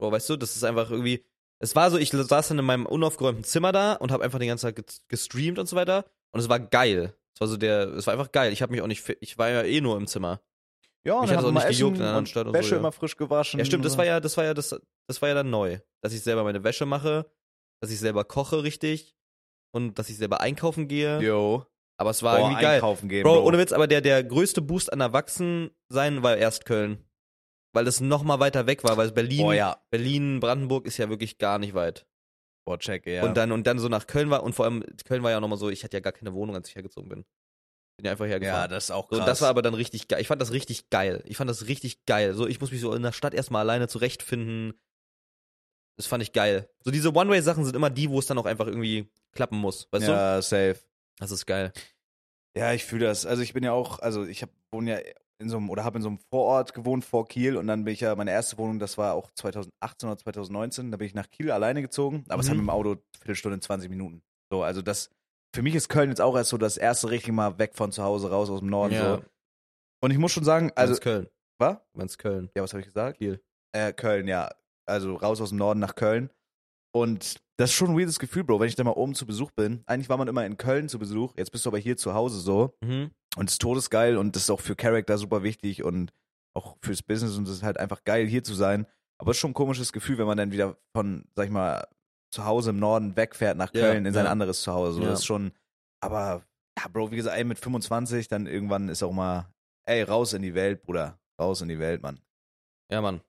Boah, weißt du, das ist einfach irgendwie. Es war so, ich saß dann in meinem unaufgeräumten Zimmer da und habe einfach den ganzen Tag ge- gestreamt und so weiter. Und es war geil. Es war so der, es war einfach geil. Ich habe mich auch nicht, fi- ich war ja eh nur im Zimmer.
Ja,
Mich
dann
hat's auch
haben wir
nicht gejuckt in
Essen
der
und
Stadt und so,
ne? Wäsche
ja.
immer frisch gewaschen.
Ja, stimmt.
und
Das
so.
war ja, das war ja, das, das war ja dann neu, dass ich selber meine Wäsche mache, dass ich selber koche richtig und dass ich selber einkaufen gehe.
Jo.
Aber es war
Boah,
irgendwie geil.
einkaufen gehen,
Bro, ohne Witz, aber der, der größte Boost an Erwachsensein war erst Köln. Weil es nochmal weiter weg war, weil Berlin,
Boah, ja.
Berlin, Brandenburg ist ja wirklich gar nicht weit.
Boah, check, ja.
Und, dann, und dann so nach Köln war, und vor allem Köln war ja nochmal so, ich hatte ja gar keine Wohnung, als ich hergezogen bin. Bin ja einfach
ja,
hergefahren.
das ist auch
so,
krass.
und das war aber dann richtig geil. Ich fand das richtig geil. Ich fand das richtig geil. So, ich muss mich so in der Stadt erstmal alleine zurechtfinden. Das fand ich geil. So, diese One-Way-Sachen sind immer die, wo es dann auch einfach irgendwie klappen muss. Weißt du?
ja, safe.
Das ist geil.
Ja, ich fühle das. Also ich bin ja auch, also ich hab, wohne ja in so einem, oder habe in so einem Vorort gewohnt vor Kiel und dann bin ich ja, meine erste Wohnung, das war auch 2018 oder 2019, da bin ich nach Kiel alleine gezogen, aber es
Mhm.
hat mit dem Auto Viertelstunde, 20 Minuten. So, also das, für mich ist Köln jetzt auch erst so das erste richtige Mal weg von zu Hause, raus aus dem Norden. So. Und ich muss schon sagen, also,
also Köln.
was?
Wenn's Köln.
Ja, was habe ich gesagt?
Kiel.
Äh, Köln, ja. Also raus aus dem Norden nach Köln. Und das ist schon ein weirdes Gefühl, Bro, wenn ich da mal oben zu Besuch bin. Eigentlich war man immer in Köln zu Besuch, jetzt bist du aber hier zu Hause so.
Mhm.
Und es ist todesgeil und das ist auch für Charakter super wichtig und auch fürs Business und es ist halt einfach geil, hier zu sein. Aber es ist schon ein komisches Gefühl, wenn man dann wieder von, sag ich mal, zu Hause im Norden wegfährt nach
Ja,
Köln in sein
ja.
anderes Zuhause. So,
Ja.
Das ist schon, aber ja, Bro, wie gesagt, ey, mit 25, dann irgendwann ist auch mal, ey, raus in die Welt, Bruder. Raus in die Welt, Mann.
Ja, Mann.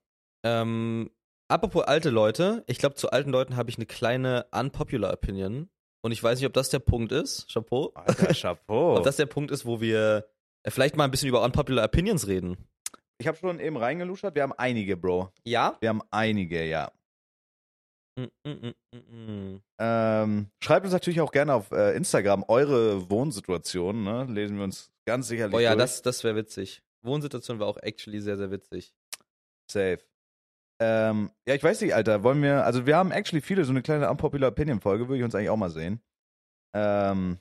Ähm, apropos alte Leute, ich glaube, zu alten Leuten habe ich eine kleine unpopular Opinion. Und ich weiß nicht, ob das der Punkt ist, Chapeau.
Alter, Chapeau.
Ob das der Punkt ist, wo wir äh, vielleicht mal ein bisschen über unpopular Opinions reden.
ich habe schon eben reingeluschert. Wir haben einige, Bro.
Ja?
Wir haben einige, ja.
Mm, mm, mm, mm, mm.
Ähm, schreibt uns natürlich auch gerne auf äh, Instagram eure Wohnsituation. Ne? Lesen wir uns ganz sicherlich
Oh ja,
durch.
das, das wäre witzig. Wohnsituation war auch actually sehr, sehr witzig.
Safe. Ähm, ja, ich weiß nicht, Alter. Wollen wir, also wir haben actually viele, so eine kleine Unpopular Opinion Folge, würde ich uns eigentlich auch mal sehen. Ähm,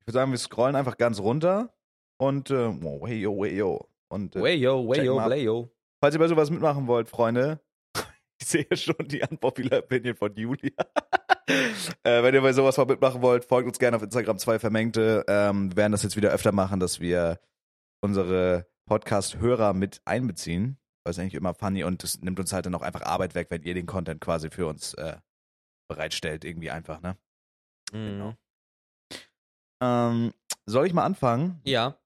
ich würde sagen, wir scrollen einfach ganz runter und, äh, wow, hey, yo, hey, yo. Und äh,
Wayo,
check
wayo,
mal ab.
blayo.
falls ihr bei sowas mitmachen wollt, Freunde, ich sehe schon die Unpopular Opinion von Julia. äh, wenn ihr bei sowas mal mitmachen wollt, folgt uns gerne auf Instagram zwei Vermengte. Ähm, wir werden das jetzt wieder öfter machen, dass wir unsere Podcast-Hörer mit einbeziehen. Das ist eigentlich immer funny und das nimmt uns halt dann auch einfach Arbeit weg, wenn ihr den Content quasi für uns äh, bereitstellt, irgendwie einfach, ne? Genau.
Mhm.
Ähm, soll ich mal anfangen?
Ja.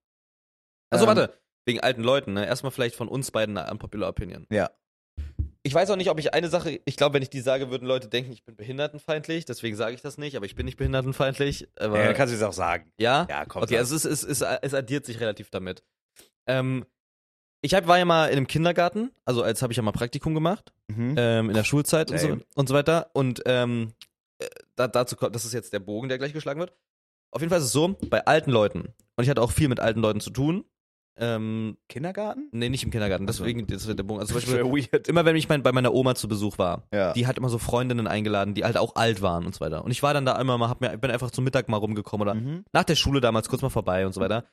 Also Achso,
Ähm,
warte. Wegen alten Leuten, ne? Erstmal vielleicht von uns beiden eine unpopular Opinion.
Ja.
ich weiß auch nicht, ob ich eine Sache, ich glaube, wenn ich die sage, würden Leute denken, ich bin behindertenfeindlich, deswegen sage ich das nicht, aber ich bin nicht behindertenfeindlich. Aber,
Ja,
ja,
dann kannst du es auch sagen. Ja, komm.
okay,
sag.
also es, ist, es, ist, es addiert sich relativ damit. Ähm, ich hab, war ja mal in einem Kindergarten, also als habe ich ja mal Praktikum gemacht,
mhm.
ähm, in der Schulzeit und so,
Lame.
und so weiter. Und ähm, äh, da, dazu kommt, das ist jetzt der Bogen, der gleich geschlagen wird. Auf jeden Fall ist es so, bei alten Leuten, und ich hatte auch viel mit alten Leuten zu tun, ähm,
Kindergarten?
nee, nicht im Kindergarten,
Ach so.
deswegen das ist der Bogen. Also zum Beispiel,
Voll weird.
immer wenn ich mein, bei meiner Oma zu Besuch war,
Ja.
die hat immer so Freundinnen eingeladen, die halt auch alt waren und so weiter. Und ich war dann da einmal mal, hab mir, bin einfach zum Mittag mal rumgekommen oder
Mhm.
nach der Schule damals kurz mal vorbei und so weiter.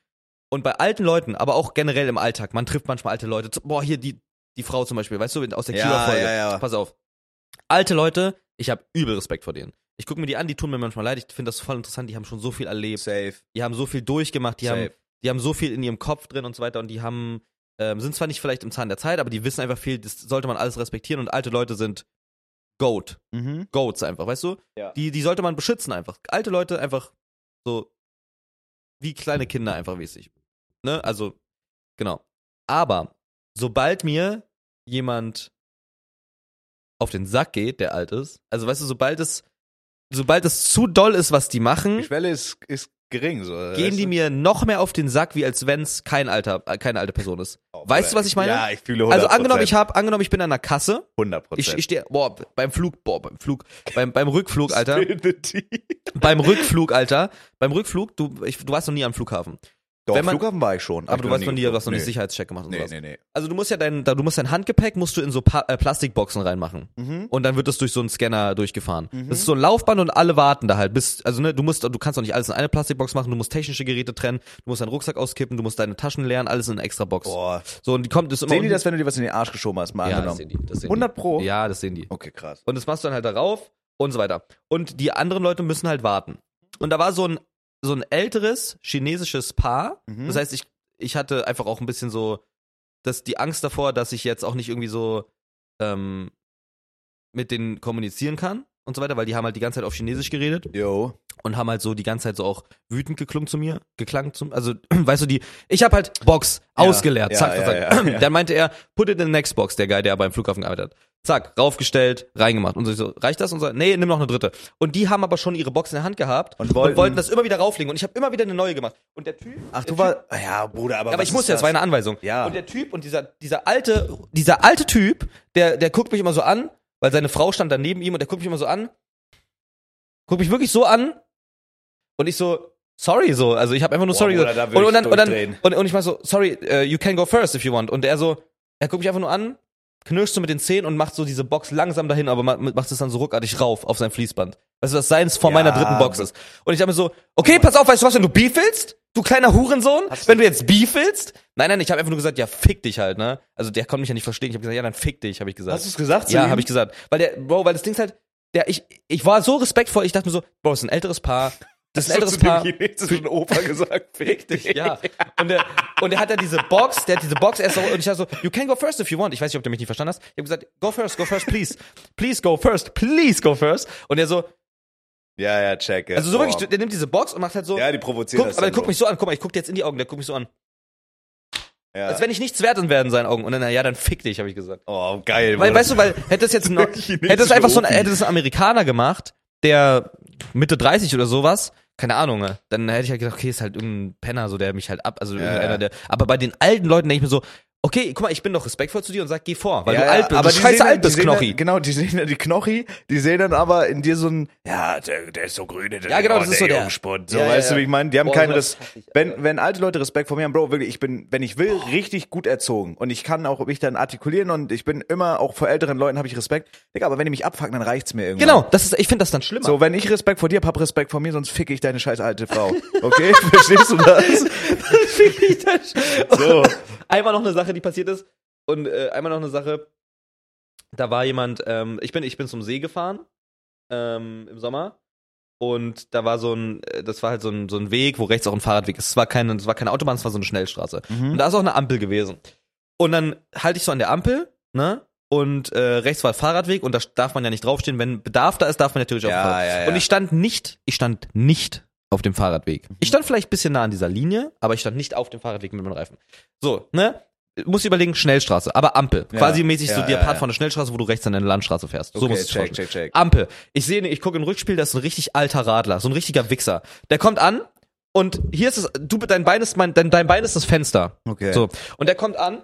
Und bei alten Leuten, aber auch generell im Alltag, man trifft manchmal alte Leute. Zu- Boah, hier die, die Frau zum Beispiel, weißt du, aus der Kieler
Ja,
Folge.
ja, ja.
Pass auf. Alte Leute, ich habe übel Respekt vor denen. Ich gucke mir die an, die tun mir manchmal leid. Ich finde das voll interessant. Die haben schon so viel erlebt.
Safe.
Die haben so viel durchgemacht. Die,
Safe.
haben, die haben so viel in ihrem Kopf drin und so weiter. Und die haben, ähm, sind zwar nicht vielleicht im Zahn der Zeit, aber die wissen einfach viel. Das sollte man alles respektieren. Und alte Leute sind Goat.
Mhm.
Goats einfach, weißt du?
Ja.
Die, die sollte man beschützen einfach. Alte Leute einfach so wie kleine Kinder einfach mäßig. Ne? Also, genau. Aber sobald mir jemand auf den Sack geht, der alt ist, also weißt du, sobald es, sobald es zu doll ist, was die
Die
machen,
Schwelle ist, ist gering. So,
gehen die mir noch mehr auf den Sack, wie als wenn es kein alter, äh, keine alte Person ist. weißt du, was ich meine?
Ja, ich fühle 100%.
Also angenommen, ich habe, angenommen, ich bin an der Kasse,
100%.
ich, ich stehe, boah, beim Flug, boah, beim Flug, beim, beim Rückflug, Alter.
Spill the tea.
beim Rückflug, Alter. Beim Rückflug, du, ich, du warst noch nie am Flughafen.
Doch,
Wenn man-
Flughafen war ich schon.
Aber du warst noch nie, du hast noch nie
sicher.
Sicherheitscheck gemacht und
Nee,
sowas.
nee, nee.
Also du musst ja dein, da- du musst dein Handgepäck musst du in so pa äh, Plastikboxen reinmachen.
Mhm.
Und dann wird das durch so einen Scanner durchgefahren.
Mhm.
Das ist so ein Laufband und alle warten da halt. Bis, also ne, du musst, du kannst auch nicht alles in eine Plastikbox machen, du musst technische Geräte trennen, du musst deinen Rucksack auskippen, du musst deine Taschen leeren, alles in eine extra Box.
Boah.
So, und die kommt das ist immer.
Sehen die
unten-
das, wenn du dir was in den Arsch geschoben hast? Mal
Ja, das sehen
angenommen.
die. Das sehen
100 Pro?
die. Ja, das sehen die.
Okay, krass.
Und das machst du dann halt darauf und so weiter. Und die anderen Leute müssen halt warten. Und da war so ein, so ein älteres chinesisches Paar.
Mhm.
Das heißt, ich, ich hatte einfach auch ein bisschen so dass die Angst davor, dass ich jetzt auch nicht irgendwie so ähm, mit denen kommunizieren kann und so weiter, weil die haben halt die ganze Zeit auf Chinesisch geredet
Yo.
und haben halt so die ganze Zeit so auch wütend geklungen zu mir, geklangt zu also weißt du die, ich habe halt Box
Ja,
ausgeleert,
ja,
zack, zack,
ja,
zack.
ja, ja.
Dann meinte er, put it in the next box, der Guy, der beim Flughafen gearbeitet hat. Zack, raufgestellt, reingemacht und so, ich so reicht das und so, nee, nimm noch eine dritte. Und die haben aber schon ihre Box in der Hand gehabt
Und wollten-
das immer wieder rauflegen und ich habe immer wieder eine neue gemacht und der Typ
Ach,
der
du
Typ-
warst. Ja, Bruder, aber.
aber
was
ich muss
ist
jetzt,
das?
war eine Anweisung.
Ja.
Und der Typ und dieser, dieser alte, dieser alte Typ, der, der guckt mich immer so an, weil seine Frau stand dann neben ihm und der guckt mich immer so an. Guckt mich wirklich so an. Und ich so, sorry, so. Also ich habe einfach nur
Boah,
sorry
Bruder,
gesagt.
da würd
und, und,
ich
dann, und, dann,
durchdrehen.
und, und ich mach so, sorry, äh, you can go first if you want. Und er so, er guckt mich einfach nur an, knirscht so mit den Zähnen und macht so diese Box langsam dahin, aber ma- macht es dann so ruckartig rauf auf sein Fließband. Weißt du, was seins vor
Ja,
meiner dritten Box
aber-
ist. Und ich dachte mir so, okay, pass auf, weißt du was, wenn du Beef willst, du kleiner Hurensohn,
Hast du-
wenn du jetzt Beef willst. Nein, nein, ich habe einfach nur gesagt, ja, fick dich halt, ne? Also der konnte mich ja nicht verstehen. Ich habe gesagt, ja, dann fick dich, habe ich gesagt.
Hast du es gesagt? zu
ja,
ihm?
habe ich gesagt. Weil der, Bro, weil das Ding ist halt, der, ich, ich war so respektvoll, ich dachte mir so, Bro, das ist ein älteres Paar. Das ist ein
Hast du
älteres
zu dem
Paar.
chinesischen Opa gesagt? Fick dich.
Ja. Und der, und der hat dann diese Box, der hat diese Box erst so, und ich dachte so, you can go first if you want. Ich weiß nicht, ob du mich nicht verstanden hast. Ich habe gesagt, go first, go first, please. Please go first, please go first. Und er so,
Ja, ja, check.
also so wirklich, der nimmt diese Box und macht halt so,
Ja, die provozieren
guck,
das.
aber der
dann
guckt
so.
mich so an, guck mal, ich guck dir jetzt in die Augen, der guckt mich so an.
Ja.
Als wenn ich nichts wert in werden seinen Augen. Und dann, na ja, dann fick dich, habe ich gesagt.
Oh, geil.
Weil,
Bruder.
weißt du, weil hätte es jetzt ein,
Chinesische
hätte es einfach so ein,
Opi.
hätte es ein Amerikaner gemacht, der Mitte 30 oder sowas, keine Ahnung, ne? dann hätte ich halt gedacht, okay, ist halt irgendein Penner, so der mich halt ab, also
ja.
irgendeiner, der. Aber bei den alten Leuten denke ich mir so, okay, guck mal, ich bin doch respektvoll zu dir und sag, geh vor, weil
Ja,
du
ja,
alt bist,
aber
aber
die
du scheiße
sehen dann-
alt
die
bist,
sehen
Knochi.
Dann, genau, die sehen dann die Knochi, die sehen dann aber in dir so ein, ja, der, der ist so grün, der,
Ja, genau,
oh,
das ist so der-
Jungspund. So,
Ja, ja,
weißt du,
ja.
wie ich meine? Die haben
Boah,
keinen
sowas
Respekt.
hasse ich,
Wenn, wenn alte Leute Respekt vor mir haben, Bro, wirklich, ich bin, wenn ich will, richtig gut erzogen. Und ich kann auch mich dann artikulieren und ich bin immer, auch vor älteren Leuten habe ich Respekt. Digga, aber wenn die mich abfucken, dann reicht's mir irgendwann.
Genau, das ist, ich finde das dann schlimmer.
So, wenn ich Respekt vor dir hab, hab Respekt vor mir, sonst ficke ich deine scheiß alte Frau. Okay? Verstehst du das? So.
einmal noch eine Sache, die passiert ist. Und äh, einmal noch eine Sache. Da war jemand, ähm, ich, bin, ich bin zum See gefahren ähm, im Sommer. Und da war so ein, äh, das war halt so ein, so ein Weg, wo rechts auch ein Fahrradweg ist. Es war keine, es war keine Autobahn, es war so eine Schnellstraße. Und
Mhm.
da ist auch eine Ampel gewesen. Und dann halte ich so an der Ampel, ne? Und äh, rechts war Fahrradweg und da darf man ja nicht draufstehen. Wenn Bedarf da ist, darf man natürlich auf
Ja,
dem Fahrrad.
ja, ja.
Und ich stand nicht, ich stand nicht auf dem
Mhm.
Fahrradweg. Ich stand vielleicht ein bisschen nah an dieser Linie, aber ich stand nicht auf dem Fahrradweg mit meinen Reifen. So, ne? muss überlegen, Schnellstraße, aber Ampel.
Ja,
Quasi mäßig so
ja,
der
ja,
Part
ja.
von der Schnellstraße, wo du rechts an deine Landstraße fährst. So
Okay,
muss es
check,
check,
check, check.
Ampel. Ich sehe, ich gucke im Rückspiel, das ist ein richtig alter Radler, so ein richtiger Wichser. Der kommt an und hier ist es, du, dein Bein ist mein, dein, dein Bein ist das Fenster.
Okay.
So. Und der kommt an,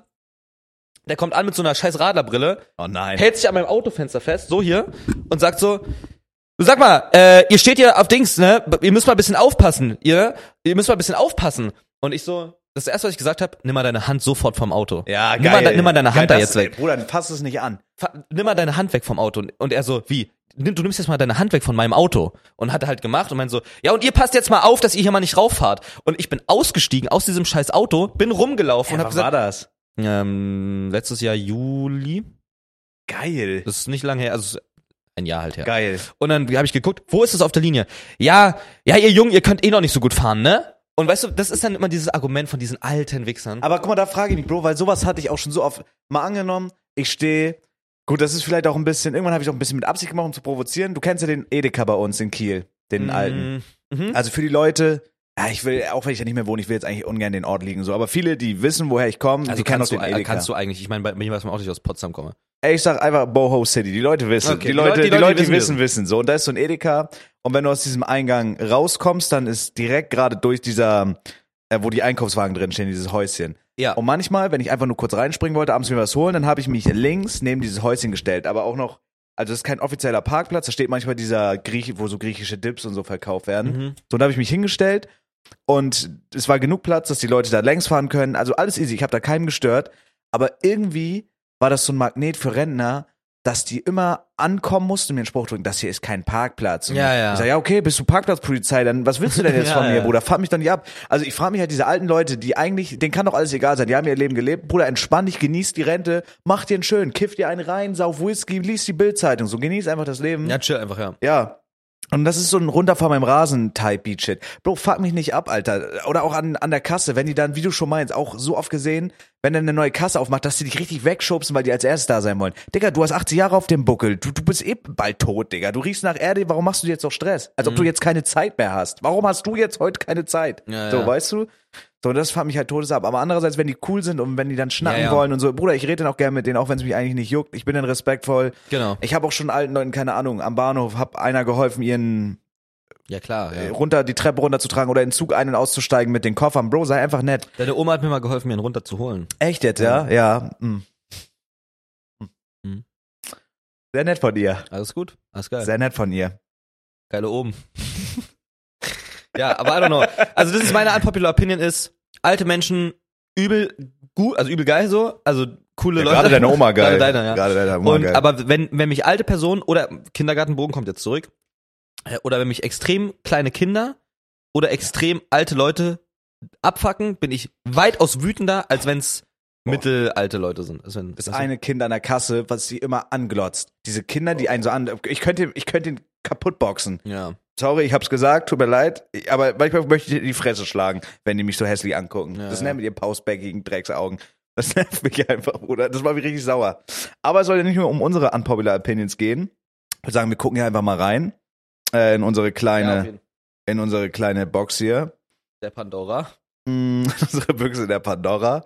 der kommt an mit so einer scheiß Radlerbrille,
Oh nein.
hält sich an meinem Autofenster fest, so hier, und sagt so, "Du, sag mal, äh, ihr steht hier auf Dings, ne? B- Ihr müsst mal ein bisschen aufpassen, ihr, ihr müsst mal ein bisschen aufpassen. Und ich so, das erste, was ich gesagt habe, nimm mal deine Hand sofort vom Auto.
Ja,
nimm Mal, de- nimm mal deine Hand
Geil,
da jetzt
das-
weg.
Bruder, fass es nicht an.
Fa- Nimm mal deine Hand weg vom Auto. Und- Und er so, wie? Nimm, du nimmst jetzt mal deine Hand weg von meinem Auto. Und hat er halt gemacht und meint so, ja, und ihr passt jetzt mal auf, dass ihr hier mal nicht rauffahrt. Und ich bin ausgestiegen aus diesem scheiß Auto, bin rumgelaufen und hab gesagt,
das?
ähm, letztes Jahr Juli,
Geil.
das ist nicht lange her, also es ist ein Jahr halt her.
Geil.
Und dann habe ich geguckt, wo ist es auf der Linie? Ja, ja, ihr Jungen, ihr könnt eh noch nicht so gut fahren, ne? Und weißt du, das ist dann immer dieses Argument von diesen alten Wichsern.
Aber guck mal, da frage ich mich, Bro, weil sowas hatte ich auch schon so oft. Mal angenommen, ich stehe. Gut, das ist vielleicht auch ein bisschen. Irgendwann habe ich auch ein bisschen mit Absicht gemacht, um zu provozieren. Du kennst ja den Edeka bei uns in Kiel, den alten.
Mhm.
Also für die Leute. Ja, ich will, auch wenn ich da nicht mehr wohne, ich will jetzt eigentlich ungern den Ort liegen, so. Aber viele, die wissen, woher ich komme,
Also
die kennen auch
kannst du,
den Edeka.
kannst du eigentlich, ich meine, bei mir weiß man auch, dass ich aus Potsdam komme.
Ey, ich sag einfach Boho City. Die Leute wissen.
Okay,
Die, Leute, die, Leute, die wissen, wissen,
wissen.
So, und da ist so ein Edeka. Und wenn du aus diesem Eingang rauskommst, dann ist direkt gerade durch dieser, äh, wo die Einkaufswagen drin stehen, dieses Häuschen.
Ja.
Und manchmal, wenn ich einfach nur kurz reinspringen wollte, abends mir was holen, dann habe ich mich links neben dieses Häuschen gestellt. Aber auch noch, also das ist kein offizieller Parkplatz, da steht manchmal dieser Griech, wo so griechische Dips und so verkauft werden.
Mhm.
So, und da habe ich mich hingestellt und es war genug Platz, dass die Leute da längs fahren können. Also alles easy, ich habe da keinem gestört. Aber irgendwie war das so ein Magnet für Rentner, dass die immer ankommen mussten und mir einen Spruch drücken, das hier ist kein Parkplatz. Und
Ja, ja.
Ich sage, ja, okay, bist du Parkplatzpolizei, dann was willst du denn jetzt
Ja,
von mir,
ja.
Bruder? Fahr mich doch nicht ab. Also ich frage mich halt diese alten Leute, die eigentlich, denen kann doch alles egal sein, die haben ihr Leben gelebt. Bruder, entspann dich, genieß die Rente, mach dir einen schön, kiff dir einen rein, sauf Whisky, lies die Bildzeitung, so genieß einfach das Leben.
Ja, chill einfach, ja.
Ja. Und das ist so ein runter von meinem Rasen Type Beat Shit. Bro, fuck mich nicht ab, Alter. Oder auch an, an der Kasse, wenn die dann, wie du schon meinst, auch so oft gesehen, wenn dann eine neue Kasse aufmacht, dass die dich richtig wegschubsen, weil die als erstes da sein wollen. Digga, du hast 80 Jahre auf dem Buckel. Du, du bist eh bald tot, Digga. Du riechst nach Erde. Warum machst du dir jetzt noch Stress? Als
Mhm.
ob du jetzt keine Zeit mehr hast. Warum hast du jetzt heute keine Zeit?
Ja,
so,
ja.
weißt du? So, das fuck mich halt todes ab. Aber andererseits, wenn die cool sind und wenn die dann schnacken
Ja, ja.
wollen und so, Bruder, ich rede dann auch gerne mit denen, auch wenn es mich eigentlich nicht juckt. Ich bin dann respektvoll.
Genau.
Ich habe auch schon alten Leuten, keine Ahnung, am Bahnhof hab einer geholfen, ihren
Ja, klar.
äh,
Ja.
runter die Treppe runterzutragen oder in den Zug ein- und auszusteigen mit den Koffern. Bro, sei einfach nett.
Deine Oma hat mir mal geholfen, mir einen runterzuholen.
Echt jetzt, ja? Ja. mm.
Mhm.
Sehr nett von ihr.
Alles gut? Alles geil.
Sehr nett von ihr.
Geile oben. ja, aber I don't know. Also das ist meine unpopular opinion ist, alte Menschen übel gut, also übel geil so, also coole Leute. Gerade deine, ja.
Gerade deine
Und, aber wenn, wenn mich alte Personen oder Kindergartenbogen kommt jetzt zurück, äh, oder wenn mich extrem kleine Kinder oder extrem alte Leute abfacken, bin ich weitaus wütender, als wenn es mittelalte Leute sind. Also wenn,
das eine Kind an der Kasse, was sie immer anglotzt. Diese Kinder, die einen so an. Ich könnte, ich könnte ihn kaputt boxen.
Ja.
Sorry, ich hab's gesagt, tut mir leid, aber manchmal möchte ich dir die Fresse schlagen, wenn die mich so hässlich angucken.
Ja,
das
ja.
nervt mit ihren pausbäckigen Drecksaugen. Das nervt mich einfach, Bruder. Das macht mich richtig sauer. Aber es soll ja nicht nur um unsere unpopular Opinions gehen. Ich würde sagen, wir gucken hier einfach mal rein äh, in unsere
ja auf
kleine,
jeden Fall.
in unsere kleine Box hier,
der Pandora.
Mm, unsere Büchse der Pandora.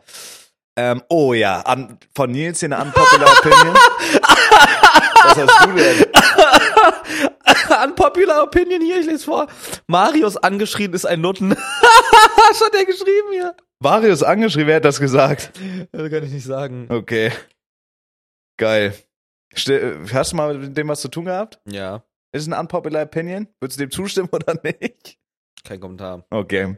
Ähm, oh ja, an, von Nils hier eine unpopular Opinion. Was hast du denn?
Unpopular Opinion hier, ich lese vor. Marius angeschrien ist ein Nutten. Was hat der geschrieben hier?
Varius angeschrieben, wer hat das gesagt?
Das kann ich nicht sagen.
Okay. Geil. Ste hast du mal mit dem was zu tun gehabt?
Ja,
Ist es eine unpopular opinion? Würdest du dem zustimmen oder nicht?
kein Kommentar.
Okay.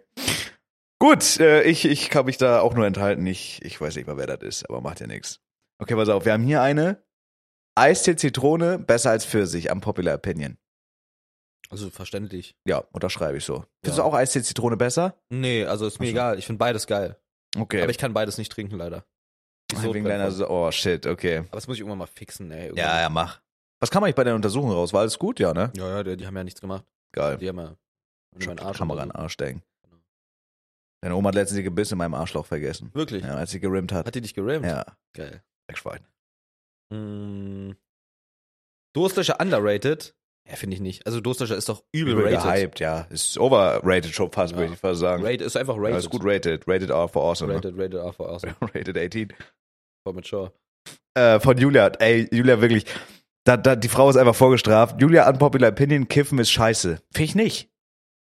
Gut, äh, ich, ich kann mich da auch nur enthalten. Ich, ich weiß nicht mal, wer das ist, aber macht ja nichts. Okay, pass auf, wir haben hier eine. Eistee Zitrone besser als Pfirsich, unpopular opinion.
Also verständlich.
Ja, unterschreibe ich so. Findest
Ja.
du auch Eistee Zitrone besser?
Nee, also ist mir
Ach so.
egal. Ich finde beides geil.
Okay.
Aber ich kann beides nicht trinken, leider. Die
Wegen
Sodbrennen.
deiner so oh shit, okay.
Aber das muss ich irgendwann mal fixen, ey. Irgendwann.
Ja, ja, mach. Was kam eigentlich bei deiner Untersuchung raus? War alles gut, ja, ne?
Ja, ja, die, die haben ja nichts gemacht.
Geil.
Die haben ja nur
Schon
meinen Arsch
Kamera in den
untersucht.
Arsch stecken. Deine Oma hat letztens ihr Gebiss in meinem Arschloch vergessen.
Wirklich?
Ja, als sie gerimmt hat.
Hat die dich gerammt?
Ja,
Geil.
wegschweigen.
Mm. Durstlöcher underrated. Ja, finde ich nicht. Also Dostascher ist doch übel
Übel
rated.
gehypt, ja. Ist overrated schon fast, würde ich fast sagen.
Rated ist einfach rated.
Ja, ist gut rated. Rated R for awesome.
rated, rated R for awesome.
Ne? rated 18.
For mature.
Äh, von Julia. Ey, Julia wirklich. Da, da, die Frau ist einfach vorgestraft. Julia, unpopular opinion, kiffen ist scheiße. Finde ich nicht.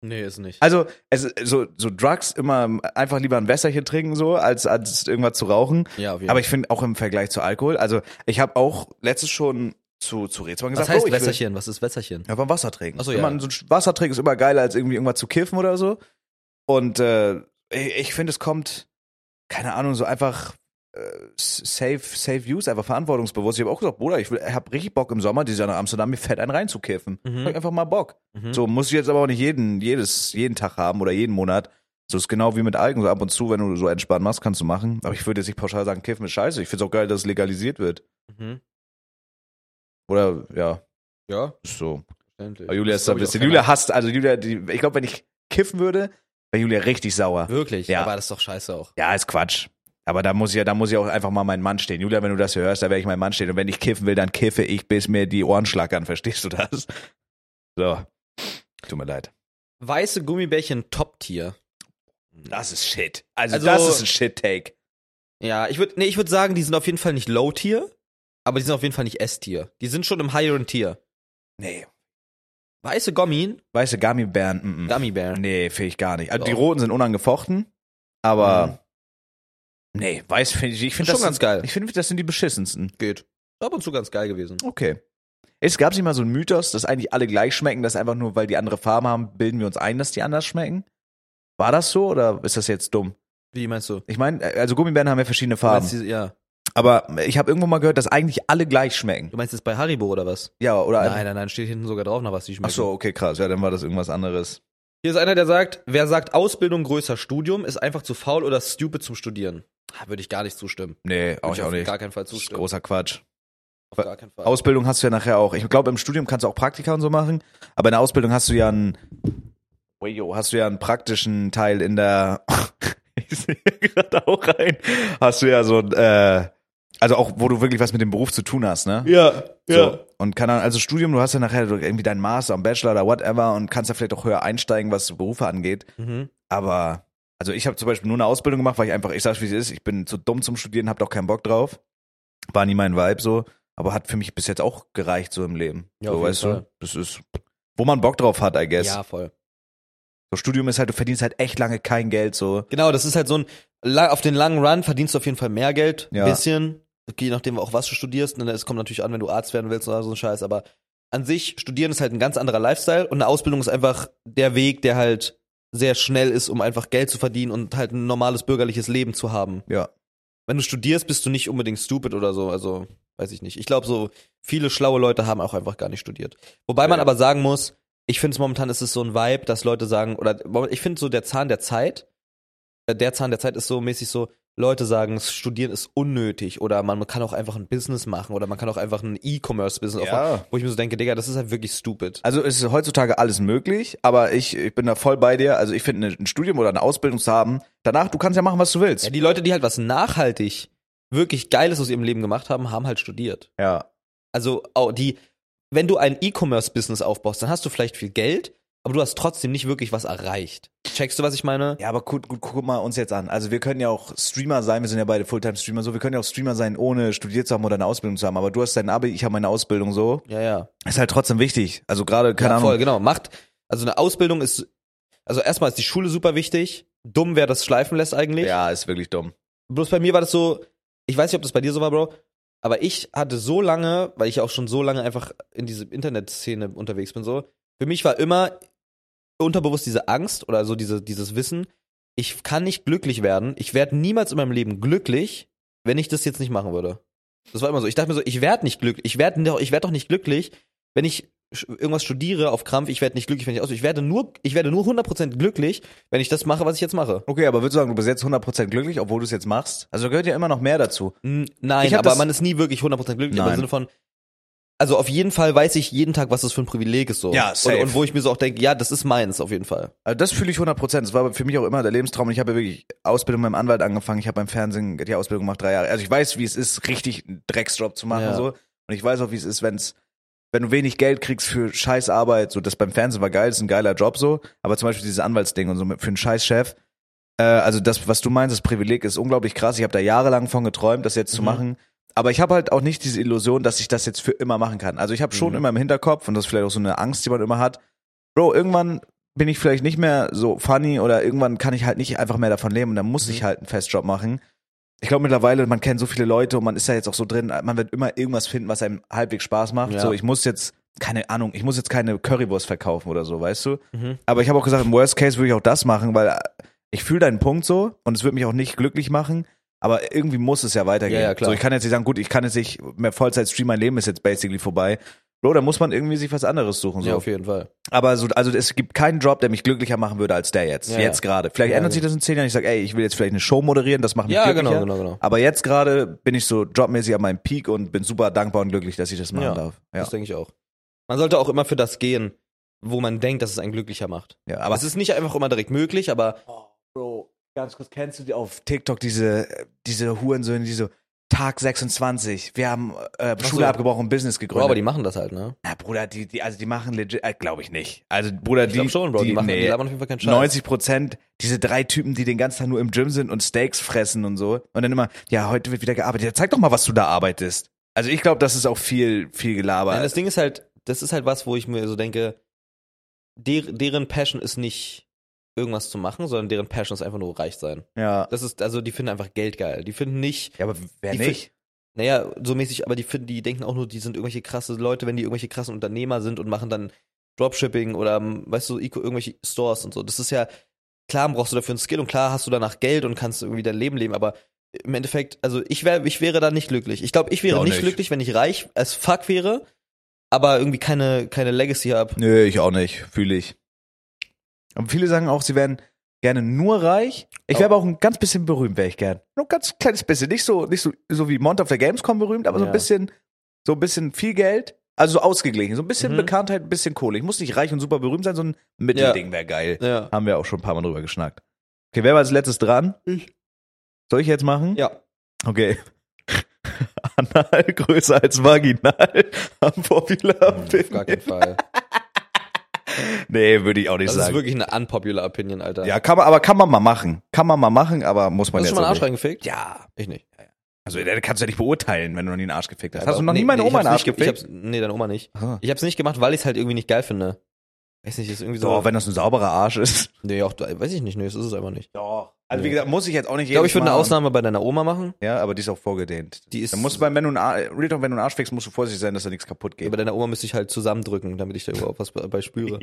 Nee, ist nicht.
Also, es, so, so Drugs immer einfach lieber ein Wässerchen trinken, so, als, als irgendwas zu rauchen.
ja, auf jeden
Also, Aber ich finde auch im Vergleich zu Alkohol, also ich habe auch letztes schon zu, zu Rezmann
Was
gesagt,
heißt
oh, ich will-
Wässerchen? Was ist Wässerchen?
Einfach Wasser trinken.
Ach so,
Wenn
ja.
man so ein Wasser trinkt, ist immer geiler, als irgendwie irgendwas zu kiffen oder so. Und äh, ich, ich finde, es kommt, keine Ahnung, so einfach äh, s- safe, safe use, einfach verantwortungsbewusst. Ich habe auch gesagt, Bruder, ich, will- ich habe richtig Bock im Sommer, dieses Jahr nach Amsterdam, mir fett einen reinzukiffen.
Mhm.
Hab Ich einfach mal Bock.
Mhm.
So muss ich jetzt aber auch nicht jeden, jedes, jeden Tag haben oder jeden Monat. So ist genau wie mit Algen. So ab und zu, wenn du so entspannt machst, kannst du machen. Aber ich würde jetzt nicht pauschal sagen, Kiffen ist scheiße. Ich finde es auch geil, dass es legalisiert wird.
Mhm.
Oder ja,
Ja,
ist so.
verständlich.
Aber Julia
Das
ist da ein
glaub ich auch
bisschen.
keiner.
Julia hasst, also Julia, die, ich glaube, wenn ich kiffen würde, wäre Julia richtig sauer.
Wirklich,
Ja.
aber das ist doch scheiße auch.
Ja, ist Quatsch. Aber da muss ich ja, da muss ich auch einfach mal mein Mann stehen. Julia, wenn du das hier hörst, da werde ich mein Mann stehen. Und wenn ich kiffen will, dann kiffe ich, bis mir die Ohren schlackern. Verstehst du das? So. Tut mir leid.
Weiße Gummibärchen Top-Tier.
Das ist Shit. Also,
Also-
das ist ein Shit-Take.
Ja, ich würde nee, ich würde sagen, die sind auf jeden Fall nicht Low-Tier, aber die sind auf jeden Fall nicht S-Tier. Die sind schon im higheren Tier.
Nee.
Weiße Gommin,
Weißt du, Gummibären, mm, mm.
Gummy Bear.
nee, finde ich gar nicht. Also,
Doch.
die Roten sind unangefochten, aber nee, weiß finde ich, ich finde
Mhm. Schon
das
ganz geil.
Ich finde, das sind die beschissensten.
Geht. Ab und zu ganz geil gewesen.
Okay. Es gab nicht mal so einen Mythos, dass eigentlich alle gleich schmecken, dass einfach nur, weil die andere Farbe haben, bilden wir uns ein, dass die anders schmecken. War das so oder ist das jetzt dumm?
Wie meinst du?
Ich meine, also Gummibären haben ja verschiedene
Du
Farben.
meinst, diese, ja.
aber ich habe irgendwo mal gehört, dass eigentlich alle gleich schmecken.
du meinst jetzt bei Haribo oder was?
Ja, oder?
Nein, nein, nein, steht hinten sogar drauf, nach was die schmecken.
Ach so, okay, krass. Ja, dann war das irgendwas anderes.
Hier ist einer, der sagt, wer sagt Ausbildung größer Studium, ist einfach zu faul oder stupid zum Studieren. Ah, Würde ich gar nicht zustimmen.
Nee,
Würde
auch ich auch
auf
nicht.
gar keinen Fall
Das ist
zustimmen.
großer Quatsch.
Auf gar keinen Fall.
Ausbildung hast du ja nachher auch. Ich glaube, im Studium kannst du auch Praktika und so machen, aber in der Ausbildung hast du ja einen, Ui, jo, hast du ja einen praktischen Teil in der, ich sehe gerade auch rein, hast du ja so ein, äh, also auch, wo du wirklich was mit dem Beruf zu tun hast, ne?
ja,
So. Und kann dann, also Studium, du hast ja nachher irgendwie deinen Master, einen Bachelor oder whatever und kannst da vielleicht auch höher einsteigen, was Berufe angeht.
Mhm.
Aber, also ich habe zum Beispiel nur eine Ausbildung gemacht, weil ich einfach, ich sag's wie es ist, ich bin zu dumm zum Studieren, hab doch keinen Bock drauf. War nie mein Vibe so, aber hat für mich bis jetzt auch gereicht so im Leben.
Ja,
so,
auf jeden
weißt
Fall.
du, das ist, wo man Bock drauf hat, I guess.
Ja, voll.
So Studium ist halt, du verdienst halt echt lange kein Geld so.
Genau, das ist halt so ein, la- auf den langen Run verdienst du auf jeden Fall mehr Geld, ein
Ja.
bisschen, je nachdem auch was du studierst, ne, es kommt natürlich an, wenn du Arzt werden willst oder so ein Scheiß, aber an sich, studieren ist halt ein ganz anderer Lifestyle und eine Ausbildung ist einfach der Weg, der halt sehr schnell ist, um einfach Geld zu verdienen und halt ein normales bürgerliches Leben zu haben.
Ja.
Wenn du studierst, bist du nicht unbedingt stupid oder so, also weiß ich nicht. Ich glaube so, viele schlaue Leute haben auch einfach gar nicht studiert. Wobei man
Ja.
aber sagen muss, ich finde es momentan ist es so ein Vibe, dass Leute sagen, oder ich finde so der Zahn der Zeit, äh, der Zahn der Zeit ist so mäßig so, Leute sagen, das Studieren ist unnötig oder man kann auch einfach ein Business machen oder man kann auch einfach ein E-Commerce-Business aufmachen. Wo ich mir so denke, Digga, das ist halt wirklich stupid.
Also es ist heutzutage alles möglich, aber ich, ich bin da voll bei dir. Also ich finde, ein Studium oder eine Ausbildung zu haben, danach, du kannst ja machen, was du willst.
Ja, die Leute, die halt was nachhaltig, wirklich Geiles aus ihrem Leben gemacht haben, haben halt studiert.
ja.
Also au- die, wenn du ein E-Commerce-Business aufbaust, dann hast du vielleicht viel Geld, aber du hast trotzdem nicht wirklich was erreicht. Checkst du, was ich meine?
Ja, aber gut, gut, guck mal uns jetzt an. Also wir können ja auch Streamer sein, wir sind ja beide Fulltime-Streamer, so wir können ja auch Streamer sein, ohne studiert zu haben oder eine Ausbildung zu haben. Aber du hast dein Abi, ich habe meine Ausbildung so.
Ja, ja.
Ist halt trotzdem wichtig. Also gerade, keine
ja,
Ahnung.
voll, genau. Macht, also eine Ausbildung ist, also erstmal ist die Schule super wichtig. Dumm, wer das schleifen lässt eigentlich.
Ja, ist wirklich dumm.
Bloß bei mir war das so, ich weiß nicht, ob das bei dir so war, Bro, aber ich hatte so lange, weil ich ja auch schon so lange einfach in diese Internetszene unterwegs bin, so, für mich war immer unterbewusst diese Angst oder so diese, dieses Wissen, ich kann nicht glücklich werden, ich werde niemals in meinem Leben glücklich, wenn ich das jetzt nicht machen würde. Das war immer so. Ich dachte mir so, ich werde nicht glücklich, ich werde ich werd doch nicht glücklich, wenn ich sch- irgendwas studiere auf Krampf, ich werde nicht glücklich, wenn ich aus, ich werde nur, ich werde nur 100% glücklich, wenn ich das mache, was ich jetzt mache.
Okay, aber würdest du sagen, du bist jetzt 100% glücklich, obwohl du es jetzt machst? Also da gehört ja immer noch mehr dazu.
N- Hm, Nein,
Ich hab
aber
das-
man ist nie wirklich 100% glücklich aber im
Nein.
Sinne von also auf jeden Fall weiß ich jeden Tag, was das für ein Privileg ist so.
Ja, safe.
Und, und wo ich mir so auch denke, ja, das ist meins auf jeden Fall.
Also das fühle ich 100%. Das war für mich auch immer der Lebenstraum. Und Ich habe ja wirklich Ausbildung beim Anwalt angefangen. Ich habe beim Fernsehen die Ausbildung gemacht, drei Jahre. Also ich weiß, wie es ist, richtig einen Drecksjob zu machen
Ja.
so. Und ich weiß auch, wie es ist, wenn es wenn du wenig Geld kriegst für scheiß Arbeit, so das beim Fernsehen war geil, ist ein geiler Job so, aber zum Beispiel dieses Anwaltsding und so mit- für einen scheiß Chef, äh, also das, was du meinst, das Privileg ist unglaublich krass. Ich habe da jahrelang von geträumt, das jetzt zu
Mhm.
machen. Aber ich habe halt auch nicht diese Illusion, dass ich das jetzt für immer machen kann. Also ich habe schon
Mhm.
immer im Hinterkopf, und das ist vielleicht auch so eine Angst, die man immer hat, Bro, irgendwann bin ich vielleicht nicht mehr so funny oder irgendwann kann ich halt nicht einfach mehr davon leben und dann
Mhm.
muss ich halt einen Festjob machen. Ich glaube mittlerweile, man kennt so viele Leute und man ist ja jetzt auch so drin, man wird immer irgendwas finden, was einem halbwegs Spaß macht.
Ja.
So, ich muss jetzt, keine Ahnung, ich muss jetzt keine Currywurst verkaufen oder so, weißt du?
Mhm.
Aber ich habe auch gesagt, im Worst Case würde ich auch das machen, weil äh, ich fühle deinen Punkt so und es würde mich auch nicht glücklich machen. Aber irgendwie muss es ja weitergehen.
Ja, ja, klar.
So, ich kann jetzt nicht sagen, gut, ich kann jetzt nicht mehr Vollzeit streamen, mein Leben ist jetzt basically vorbei. Bro, da muss man irgendwie sich was anderes suchen. So.
Ja, auf jeden Fall.
Aber so, also es gibt keinen Job, der mich glücklicher machen würde als der jetzt.
Ja,
jetzt
ja.
gerade. Vielleicht
Ja,
ändert
ja.
sich das in zehn Jahren. Ich sage, ey, ich will jetzt vielleicht eine Show moderieren, das macht mich
Ja,
glücklicher.
genau, genau, genau.
Aber jetzt gerade bin ich so jobmäßig an meinem Peak und bin super dankbar und glücklich, dass ich das machen
Ja.
darf. Ja.
Das denke ich auch. Man sollte auch immer für das gehen, wo man denkt, dass es einen glücklicher macht.
ja,
Aber
aber
es ist nicht einfach immer direkt möglich, aber
Oh, Bro, ganz kurz, kennst du die auf TikTok diese, äh, diese Hurensöhne, die so, Tag 26, wir haben äh,
so.
Schule abgebrochen und Business
Bro,
gegründet.
aber die machen das halt, ne?
Na, Bruder, die, die, also die machen legit, äh, glaube ich nicht. Also, Bruder,
Ich
die,
glaube schon, Bro, die, machen, die
nee,
labern auf jeden Fall keinen Scheiß.
90 Prozent, diese drei Typen, die den ganzen Tag nur im Gym sind und Steaks fressen und so. Und dann immer, ja, heute wird wieder gearbeitet. Ja, zeig doch mal, was du da arbeitest. Also, ich glaube, das ist auch viel, viel Gelaber.
Nein, das Ding ist halt, das ist halt was, wo ich mir so denke, der, deren Passion ist nicht irgendwas zu machen, sondern deren Passion ist einfach nur reich sein.
ja.
Das ist, also die finden einfach Geld geil. Die finden nicht,
ja, aber wer
Die
nicht?
naja, so mäßig, aber die finden, die denken auch nur, die sind irgendwelche krasse Leute, wenn die irgendwelche krassen Unternehmer sind und machen dann Dropshipping oder, ähm, weißt du, Eco- irgendwelche Stores und so. Das ist ja, klar brauchst du dafür einen Skill und klar hast du danach Geld und kannst irgendwie dein Leben leben, aber im Endeffekt, also ich wäre, ich wäre da nicht glücklich. Ich glaube, ich wäre
Ja,
nicht,
nicht.
glücklich, wenn ich reich als fuck wäre, aber irgendwie keine, keine Legacy habe.
Nö, ich auch nicht. Fühle ich. Aber viele sagen auch, sie wären gerne nur reich. Ich wäre aber auch ein ganz bisschen berühmt, wäre ich gern. Nur ein ganz kleines bisschen. Nicht so, nicht so, so wie Mont auf der Gamescom berühmt, aber so
Ja.
ein bisschen, so ein bisschen viel Geld. Also so ausgeglichen. So ein bisschen
Mhm.
Bekanntheit, ein bisschen Kohle. Ich muss nicht reich und super berühmt sein, so ein Mittelding wäre geil.
Ja.
Haben wir auch schon ein paar Mal drüber geschnackt. Okay, wer war als letztes dran?
Ich.
Soll ich jetzt machen?
Ja.
Okay. Anal größer als vaginal. Unpopular
Hm, Auf gar keinen Fall.
Nee, würde ich auch nicht
Das ist
sagen.
wirklich eine unpopular Opinion, Alter.
Ja, kann man, aber kann man mal machen. Kann man mal machen, aber muss man
Hast du
jetzt
schon mal einen
auch
Arsch
nicht.
reingefickt?
Ja.
Ich nicht.
Also, der kannst du ja nicht beurteilen, wenn du noch nie einen Arsch gefickt hast. hast
Aber-
du noch nie meine
ich
Oma einen
hab's
Arsch
nicht ge-
gefickt?
Ich hab's, nee, deine Oma nicht.
Aha.
Ich hab's nicht gemacht, weil ich's halt irgendwie nicht geil finde. Weiß nicht, ist irgendwie so.
Doch, wenn das ein sauberer Arsch ist.
nee, auch, weiß ich nicht, nee, das ist es einfach nicht.
Doch. Also,
Nee.
wie gesagt, muss ich jetzt auch nicht
Ich glaube, ich
jedes
würde eine
Mal-
Ausnahme bei deiner Oma machen.
Ja, aber die ist auch vorgedehnt.
Die ist-
Dann musst du beim, wenn du einen Arsch, wenn du einen Arsch fickst, musst du vorsichtig sein, dass da nichts kaputt
Bei
geht.
deiner Oma müsste ich halt zusammendrücken, damit ich da überhaupt was bei bei spüre.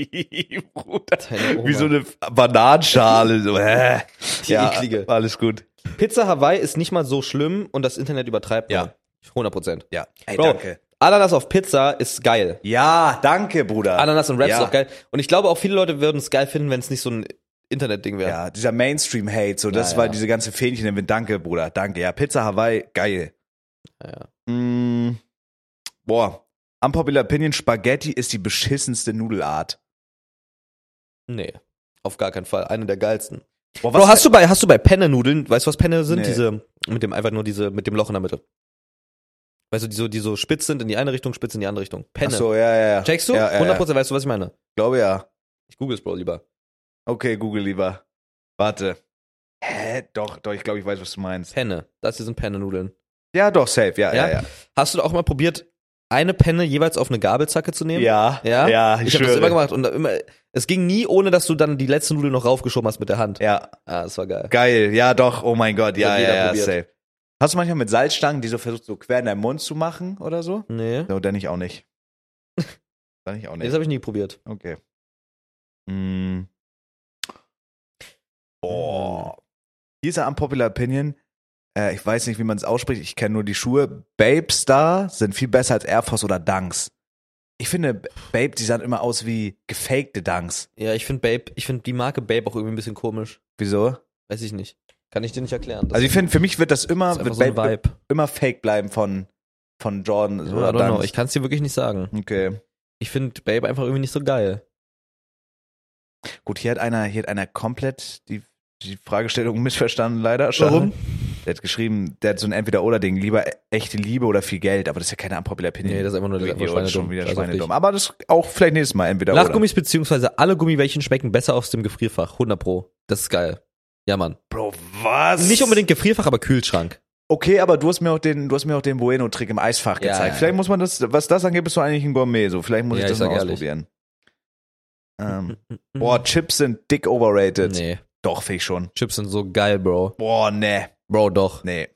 Bruder.
Deine Oma.
Wie so eine Bananenschale. So. Hä?
Die eklige.
Alles gut.
Pizza Hawaii ist nicht mal so schlimm und das Internet übertreibt.
Ja.
man. 100 Prozent.
Ja. Ey,
Bro, Ananas auf Pizza ist geil.
Ja, danke, Bruder.
Ananas und Raps
Ja.
ist auch geil. Und ich glaube, auch viele Leute würden es geil finden, wenn es nicht so ein Internetding wäre.
Ja, dieser Mainstream-Hate, so das
Ja,
war
ja.
diese ganze Fähnchen im Wind. Danke, Bruder, danke. Ja, Pizza Hawaii, geil.
Ja, ja.
Mm, boah, unpopular opinion, Spaghetti ist die beschissenste Nudelart.
Nee. Auf gar keinen Fall. Eine der geilsten.
Boah,
Bro, hast du bei, hast du bei Penne-Nudeln, weißt du, was Penne sind?
Nee.
Diese, mit dem, einfach nur diese, mit dem Loch in der Mitte. Weißt du, die so, die so spitz sind in die eine Richtung, spitz in die andere Richtung.
Ach
Penne.
so, ja, ja, ja.
Checkst du?
Ja, ja,
100%
ja.
weißt du, was ich meine.
glaube ja.
Ich google es, Bro, lieber.
Okay, Google lieber. Warte. Hä? Doch, doch, ich glaube, ich weiß, was du meinst.
Penne. Das hier sind Penne-Nudeln.
Ja, doch, safe, ja, ja,
Ja?
ja.
Hast du da auch mal probiert, eine Penne jeweils auf eine Gabelzacke zu nehmen?
Ja,
Ja?
ich,
Ich habe
schwöre.
das immer gemacht und da immer, es ging nie, ohne dass du dann die letzte Nudel noch raufgeschoben hast mit der Hand.
Ja,
Ah, das war geil.
geil, ja, doch, oh mein Gott, ja,
Hat
ja,
jeder
ja,
probiert.
safe. Hast du manchmal mit Salzstangen, die so versucht, so quer in deinen Mund zu machen oder so?
Nee.
So, dann ich auch nicht. Dann ich auch
Nee,
nicht.
das habe ich nie probiert.
Okay. Mm. Boah.
Hm.
Hier ist eine unpopular opinion. Äh, ich weiß nicht, wie man es ausspricht. Ich kenne nur die Schuhe. Babe Star sind viel besser als Air Force oder Dunks. Ich finde, Babe, die sahen immer aus wie gefakte Dunks.
Ja, ich finde Babe, ich finde die Marke Babe auch irgendwie ein bisschen komisch.
Wieso?
Weiß ich nicht. Kann ich dir nicht erklären. Das
Also ich finde, für mich wird das
ist
immer,
einfach
wird
so ein
Babe
Vibe.
immer fake bleiben von, von Jordan
Ja, I
oder
don't know.
Dunks.
Ich kann es dir wirklich nicht sagen.
okay.
Ich finde Babe einfach irgendwie nicht so geil.
Gut, hier hat einer, hier hat einer komplett die, die Fragestellung missverstanden, leider. Schade. Der hat geschrieben, der hat so ein Entweder-Oder-Ding, lieber e- echte Liebe oder viel Geld, aber das ist ja keine unpopular Opinion.
Nee, das ist einfach nur
Du
das ist einfach
Idiot,
Schweinedumm.
schon wieder
Scheiß auf dich.
Schweinedumm. Aber das auch vielleicht nächstes Mal entweder oder.
Lachgummis beziehungsweise alle Gummibärchen schmecken besser aus dem Gefrierfach. 100 pro. Das ist geil. Ja, Mann.
Bro, was?
Nicht unbedingt Gefrierfach, aber Kühlschrank.
Okay, aber du hast mir auch den, du hast mir auch den Bueno-Trick im Eisfach
Ja,
gezeigt.
ja.
Vielleicht muss man das, was das angeht, bist du eigentlich ein Gourmet. So, vielleicht muss
Ja,
ich
ich
das
sag
mal
ehrlich.
ausprobieren. Ähm, boah, Chips sind dick overrated.
Mhm. nee.
Doch, finde ich schon.
Chips sind so geil, Bro.
Boah, nee.
Bro, doch.
Nee.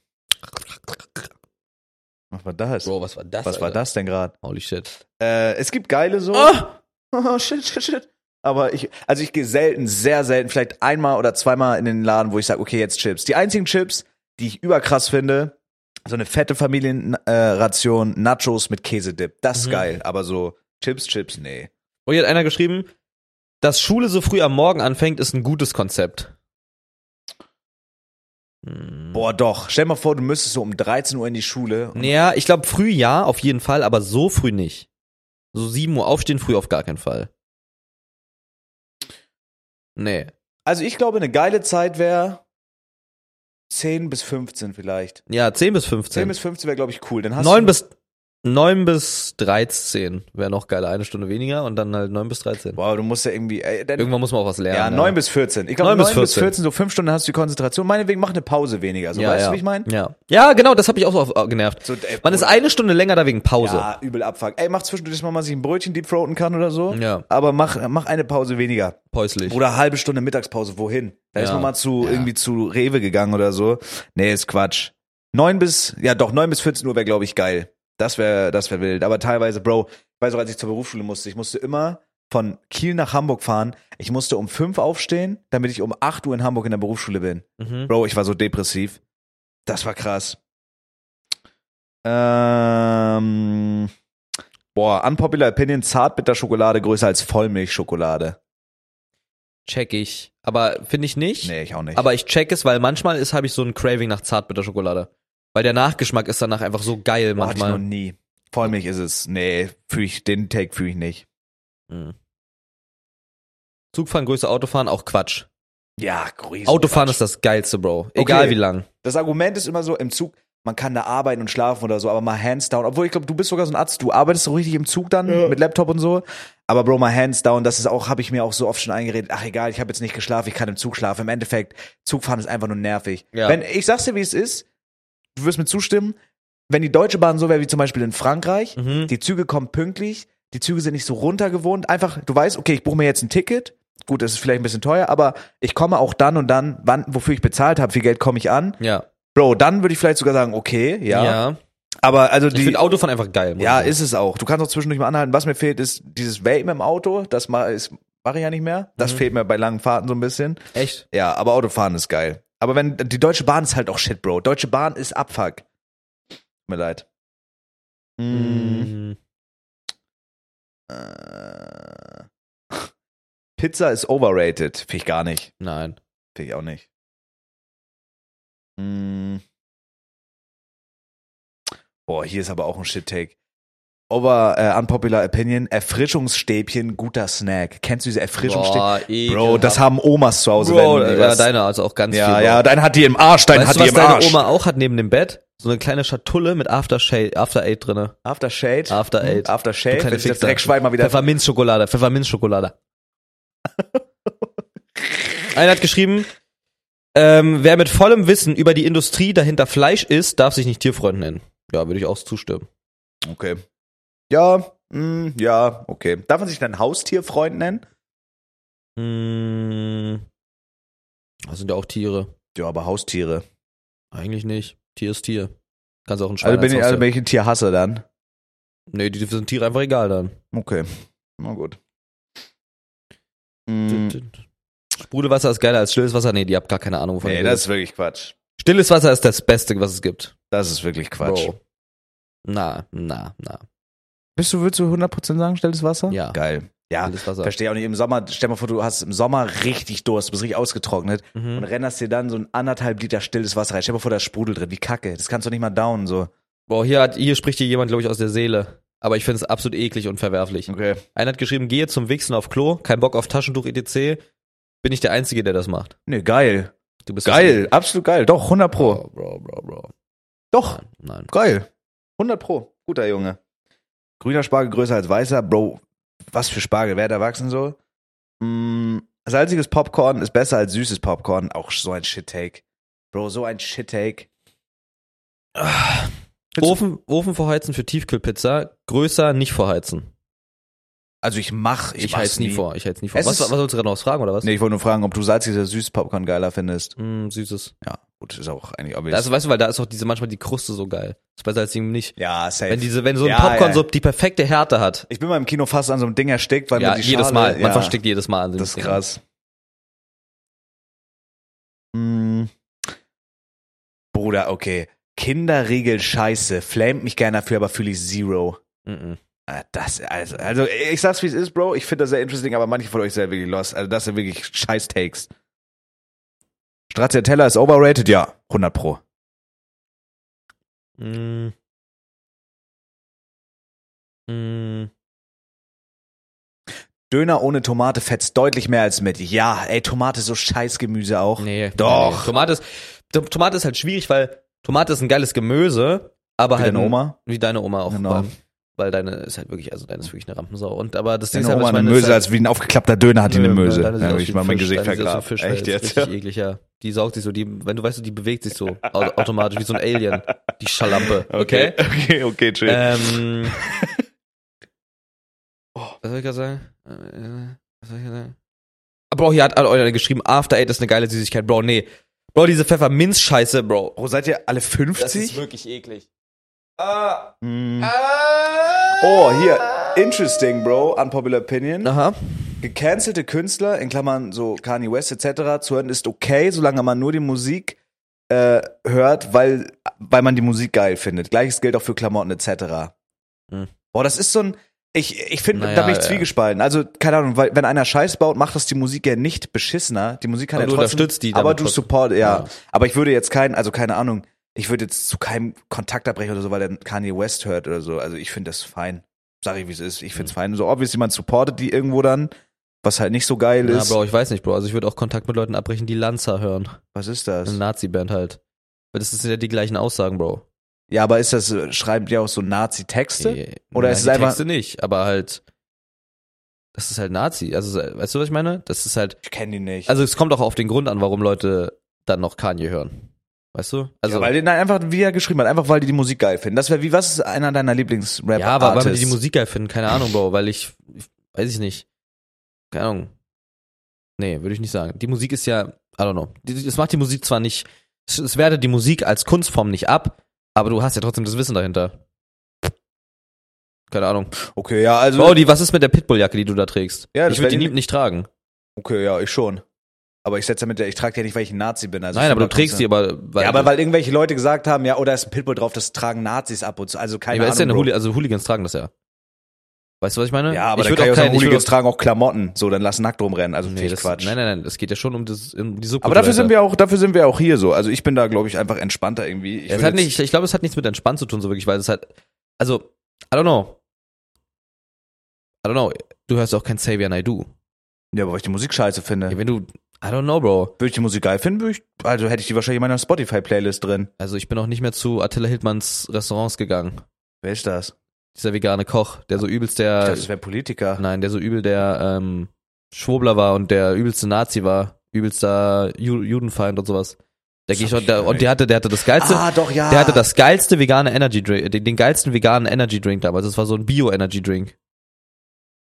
Was war das?
Bro, was war das? Ah!
was war
Alter?
das denn gerade?
Holy shit.
Äh, es gibt geile so. Oh, shit, shit, shit. Aber ich, also ich gehe selten, sehr selten, vielleicht einmal oder zweimal in den Laden, wo ich sage, okay, jetzt Chips. Die einzigen Chips, die ich überkrass finde, so eine fette Familienration, äh, Ration, Nachos mit Käsedip. Das ist
Mhm.
geil. Aber so Chips, Chips, nee.
Und Oh, hier hat einer geschrieben, dass Schule so früh am Morgen anfängt, ist ein gutes Konzept. Hm.
Boah, doch. Stell mal vor, du müsstest so um 13 Uhr in die Schule. Und
Naja, ich glaube früh ja, auf jeden Fall, aber so früh nicht. So 7 Uhr aufstehen, früh auf gar keinen Fall. Nee.
Also ich glaube, eine geile Zeit wäre 10 bis 15 vielleicht.
Ja, 10 bis
10,
15.
bis 15 wäre, glaube ich, cool. Dann hast
9
du,
bis 9 bis 13 wäre noch geiler, eine Stunde weniger und dann halt 9 bis 13.
Boah, du musst ja irgendwie, ey, dann,
Irgendwann muss man auch was lernen.
Ja, 9 bis 14. Ich glaube, 9,
ne. Neun bis
bis
14.
14, so 5 Stunden hast du die Konzentration. Meinetwegen mach eine Pause weniger. So,
ja,
weißt
ja.
du, wie ich meine?
Ja. ja, genau, das habe ich auch so auf- genervt.
So, ey,
Man ist eine Stunde länger da wegen Pause.
Ja, übel Abfuck. Ey, mach zwischendurch mal, mal sich ein Brötchen deepfroten kann oder so.
Ja.
Aber mach, mach eine Pause weniger.
Päuslich.
Oder halbe Stunde Mittagspause, wohin? Da ist
Ja.
man mal zu,
Ja.
irgendwie zu Rewe gegangen oder so. Nee, ist Quatsch. 9 bis, ja doch, 9 bis 14 Uhr wäre, glaube ich, geil. Das wäre, das wäre wild. Aber teilweise, Bro, ich weiß auch, als ich zur Berufsschule musste, ich musste immer von Kiel nach Hamburg fahren. Ich musste um 5 aufstehen, damit ich um 8 Uhr in Hamburg in der Berufsschule bin.
Mhm.
Bro, ich war so depressiv. Das war krass. Ähm, boah, unpopular opinion, Zartbitterschokolade größer als Vollmilchschokolade.
Check ich. Aber finde ich nicht.
Nee, ich auch nicht.
Aber ich check es, weil manchmal ist, habe ich so ein Craving nach Zartbitterschokolade. Weil der Nachgeschmack ist danach einfach so geil
Boah, hatte ich noch
manchmal.
nie. Vollmilch ist es. Nee, fühl ich, den Take fühle ich nicht.
Mhm. Zugfahren, größer Autofahren, auch Quatsch.
Ja, grüß.
Autofahren ist das geilste, Bro. Egal wie lang.
Das Argument ist immer so, im Zug, man kann da arbeiten und schlafen oder so, aber mal hands down. Obwohl, ich glaube, du bist sogar so ein Arzt, du arbeitest so richtig im Zug dann mit Laptop und so. Aber Bro, mal hands down, das ist auch, habe ich mir auch so oft schon eingeredet, ach egal, ich habe jetzt nicht geschlafen, ich kann im Zug schlafen. Im Endeffekt, Zugfahren ist einfach nur nervig.
Ja.
Wenn, ich sag's dir, wie es ist, du wirst mir zustimmen, wenn die Deutsche Bahn so wäre wie zum Beispiel in Frankreich,
Mhm.
die Züge kommen pünktlich, die Züge sind nicht so runtergewohnt. Einfach, du weißt, okay, ich buche mir jetzt ein Ticket. Gut, das ist vielleicht ein bisschen teuer, aber ich komme auch dann und dann, wann, wofür ich bezahlt habe, wie Geld komme ich an.
Ja.
Bro, dann würde ich vielleicht sogar sagen, okay, ja. Aber also
Ich
die.
finde Autofahren einfach geil. muss ich
Ja,
sagen.
ist es auch. Du kannst auch zwischendurch mal anhalten. Was mir fehlt, ist dieses Vapen im Auto. Das ma- ist- mache ich ja nicht mehr. Das
Mhm.
fehlt mir bei langen Fahrten so ein bisschen.
Echt?
Ja, aber Autofahren ist geil. Aber wenn die Deutsche Bahn ist halt auch shit, Bro. Deutsche Bahn ist Abfuck. Tut mir leid. Mm.
Mhm.
Äh. Pizza ist overrated. Finde ich gar nicht.
Nein.
Finde ich auch nicht. Mm. Boah, hier ist aber auch ein Shit-Take. Over äh, unpopular opinion, Erfrischungsstäbchen, guter Snack. Kennst du diese Erfrischungsstäbchen? Bro,
ekelhaft.
das haben Omas zu Hause.
Bro,
wenn die
ja,
was-
deiner also auch ganz
ja,
viel.
ja, dein hat die im Arsch, dein
Weißt
hat
du,
die
was
im
deine
Arsch.
Oma auch hat neben dem Bett? So eine kleine Schatulle mit Aftershade, After Eight drinne.
Aftershade.
After Eight.
Aftershade.
Du kleine
Wenn ich das
Fixer.
Dreckschwein mal wieder.
Pfefferminzschokolade, Pfefferminzschokolade. Einer hat geschrieben, ähm, wer mit vollem Wissen über die Industrie dahinter Fleisch isst, darf sich nicht Tierfreund nennen. Ja, würde ich auch zustimmen.
Okay. Ja, mm, ja, okay. Darf man sich dann Haustierfreund nennen?
Hm, das sind ja auch Tiere.
Ja, aber Haustiere.
Eigentlich nicht. Tier ist Tier. Kannst auch ein Schwein
Also bin, ich,
als
also
Haustier-
bin ich ein Tierhasser dann.
Nee, die sind Tiere einfach egal dann.
Okay. Na gut. Mm.
Sprudelwasser ist geiler als stilles Wasser. Nee, die habt gar keine Ahnung, wovon
Nee,
ihr
das
redet.
ist wirklich Quatsch.
Stilles Wasser ist das Beste, was es gibt.
Das ist wirklich Quatsch.
Bro. Na, na, na.
Bist du, würdest du 100% sagen, stilles Wasser?
Ja.
Geil. Ja,
Stilles Wasser.
verstehe auch nicht. Im Sommer, stell mal vor, du hast im Sommer richtig Durst, du bist richtig ausgetrocknet und
Mhm.
rennerst dir dann so ein anderthalb Liter stilles Wasser rein. Stell mal vor, da ist Sprudel drin. Wie kacke. Das kannst du nicht mal down, so.
Boah, hier, hat, hier spricht dir jemand, glaube ich, aus der Seele. Aber ich finde es absolut eklig und verwerflich.
Okay.
Einer hat geschrieben, gehe zum Wichsen auf Klo, kein Bock auf Taschentuch etc. Bin ich der Einzige, der das macht.
Nee, geil.
Du bist
Geil, absolut geil. Doch, 100 Pro.
Bro, bro, bro, bro.
Doch,
Nein.
geil. 100 Pro. Guter Junge. Grüner Spargel größer als weißer. Bro, was für Spargel. Wer da wachsen soll? Mm, salziges Popcorn ist besser als süßes Popcorn. Auch so ein Shit-Take. Bro, so ein Shit-Take. Ah. Willst du-
Ofen, Ofen vorheizen für Tiefkühlpizza. Größer nicht vorheizen.
Also ich mach,
Ich,
ich, mach's
heiz nie vor. Ich heiz nie vor.
Es
Was,
ist-
was wolltest du gerade noch was fragen oder was?
Nee, ich wollte nur fragen, ob du salziges oder süßes Popcorn geiler findest.
Mm, süßes.
Ja, gut, ist auch eigentlich obvious.
Also weißt du, weil da ist auch diese manchmal die Kruste so geil. Das ist bei Salzingen nicht.
ja, safe.
Wenn diese, wenn so ein
Ja,
Popcorn
ja.
so die perfekte Härte hat.
ich bin mal im Kino fast an so einem Ding erstickt, weil
Ja,
man die
jedes
Schale,
Mal. Man
ja,
verstickt jedes Mal an dem
Das ist
Ding.
krass. Mm. Bruder, okay. Kinderriegel scheiße. Flamet mich gerne dafür, aber fühle ich zero.
Mhm.
Ah, Das, also, also, ich sag's wie es ist, Bro. Ich finde das sehr interesting, aber manche von euch sind ja wirklich lost. Also, das sind wirklich scheiß Takes. Stracciatella ist overrated? Ja, 100 Pro. Hm.
Mm.
Hm,
Mm.
Döner ohne Tomate fetzt deutlich mehr als mit. Ja, ey, Tomate ist so scheiß Gemüse auch.
Nee.
Doch.
Nee. Tomate ist, Tom- Tomate ist halt schwierig, weil Tomate ist ein geiles Gemüse, aber
Wie
halt.
deine Oma?
Wie deine Oma auch.
Genau.
Vor allem, weil deine ist halt wirklich, also deine ist wirklich eine Rampensau. Und aber das Ding ist
Deine
halt,
Oma
was ich
eine
meine, ist
Möse,
halt,
als wie ein aufgeklappter Döner hat die eine
Nö,
Möse.
deine sieht
Ja,
aus
ich
wie
mal
ein
mein
Fisch,
Gesicht
deine sieht aus wie ein
vergraben.
Fisch,
Echt
Alter, das
jetzt?
ist
Ja.
Richtig eklig, ja. Die saugt sich so, die, wenn du weißt, so, die bewegt sich so au- automatisch wie so ein Alien. Die Schalampe. Okay.
okay, okay, chill.
Ähm, was soll ich gerade sagen? Äh, Was soll ich gerade sagen? Ah, Bro, hier hat hat einer geschrieben, After Eight ist eine geile Süßigkeit. Bro, nee. Bro, diese Pfefferminz-Scheiße, Bro.
oh, seid ihr alle 50?
wirklich eklig. Ah,
Mm.
ah.
Oh, hier. Interesting, Bro. Unpopular Opinion.
Aha.
Gecancelte Künstler, in Klammern so Kanye West etc., zu hören ist okay, solange man nur die Musik äh, hört, weil, weil man die Musik geil findet. Gleiches gilt auch für Klamotten etc.
Hm.
Boah, das ist so ein. Ich, ich finde,
Naja,
da bin ich
ja.
zwiegespalten. Also, keine Ahnung, weil, wenn einer Scheiß baut, macht das die Musik ja nicht beschissener. Die Musik kann
Aber
ja
du
trotzdem.
unterstützt die
Aber
damit
du
trotzdem.
support, ja.
Ja.
Aber ich würde jetzt keinen, also keine Ahnung, ich würde jetzt zu keinem Kontakt abbrechen oder so, weil der Kanye West hört oder so. Also, ich finde das fein. Sag ich, wie es ist. Ich
Mhm.
finde es fein. So, obviously, man supportet die irgendwo dann, was halt nicht so geil
Na,
ist.
Bro, ich weiß nicht, Bro. Also ich würde auch Kontakt mit Leuten abbrechen, die Lanza hören.
Was ist das?
Eine Nazi-Band halt. Weil das sind ja die gleichen Aussagen, Bro.
Ja, aber ist das, äh, schreiben die auch so Nazi-Texte?
Äh,
Oder
nein,
ist es
die
einfach-
Texte nicht, aber halt. Das ist halt Nazi. Also, weißt du, was ich meine? Das ist halt.
Ich kenne die nicht.
Also, es kommt auch auf den Grund an, warum Leute dann noch Kanye hören. Weißt du? Also,
ja, weil die, nein, einfach, wie er geschrieben hat, einfach weil die die Musik geil finden. Das wäre wie, was ist einer deiner Lieblingsrap-Artists?
ja aber weil die die Musik geil finden, keine Ahnung, Bro, weil ich. ich weiß ich nicht. Keine Ahnung. Nee, würde ich nicht sagen. Die Musik ist ja. I don't know. Die- die- Es macht die Musik zwar nicht. Es, es wertet die Musik als Kunstform nicht ab, aber du hast ja trotzdem das Wissen dahinter. Keine Ahnung.
Okay, ja, also.
Bro, die, was ist mit der Pitbull-Jacke, die du da trägst?
Ja, das
ich würde die
wär-
nie, nicht tragen.
Okay, ja, ich schon. Aber ich setze damit, ich trage ja nicht, weil ich ein Nazi bin. Also
Nein,
ich
aber du
bin
trägst die
trotzdem-
aber. Weil
Ja, aber weil irgendwelche Leute gesagt haben, ja, oder ist ein Pitbull drauf, das tragen Nazis ab und so. Also
Nee,
keine
weil
Ahnung.
ist ja eine
Bro.
Hooli also Hooligans tragen das ja. Weißt du, was ich meine?
ja, aber
ne? ich
dann
würd
kann ich
kein-
auch sagen,
ich würd
Hooligans tragen auch Klamotten. So, dann lass nackt rumrennen. Also
auch-
nee,
Nee, das,
Quatsch.
Quatsch. Nein, nein, nein, es geht ja schon um, das, um die
aber
Subkultur.
dafür sind wir auch, dafür sind wir auch hier so. Also ich bin da, glaube ich, einfach entspannter irgendwie. Ich
Ja, es
würd
hat
jetzt-
nicht, ich glaube, es hat nichts mit entspannt zu tun, so wirklich, weil es hat. Also, I don't know. I don't know. Du hörst auch kein Savior Naidu.
Ja, aber weil ich die Musik scheiße finde.
Wenn du. I don't know, Bro.
Würde ich die Musik geil finden, würde ich, also hätte ich die wahrscheinlich in meiner Spotify-Playlist drin.
Also, ich bin auch nicht mehr zu Attila Hildmanns Restaurants gegangen.
Wer ist das?
Dieser vegane Koch, der so übelst der.
Ich dachte, das wäre Politiker.
Nein, der so übel der ähm, Schwobler war und der übelste Nazi war, übelster Ju Judenfeind und sowas. Der
Das
ging
hab
schon,
ich
der,
gar
und der hatte, der hatte das geilste,
Ah, doch, ja.
der hatte das geilste vegane Energy Drink, den, den geilsten veganen Energy Drink damals. Das war so ein Bio Energy Drink.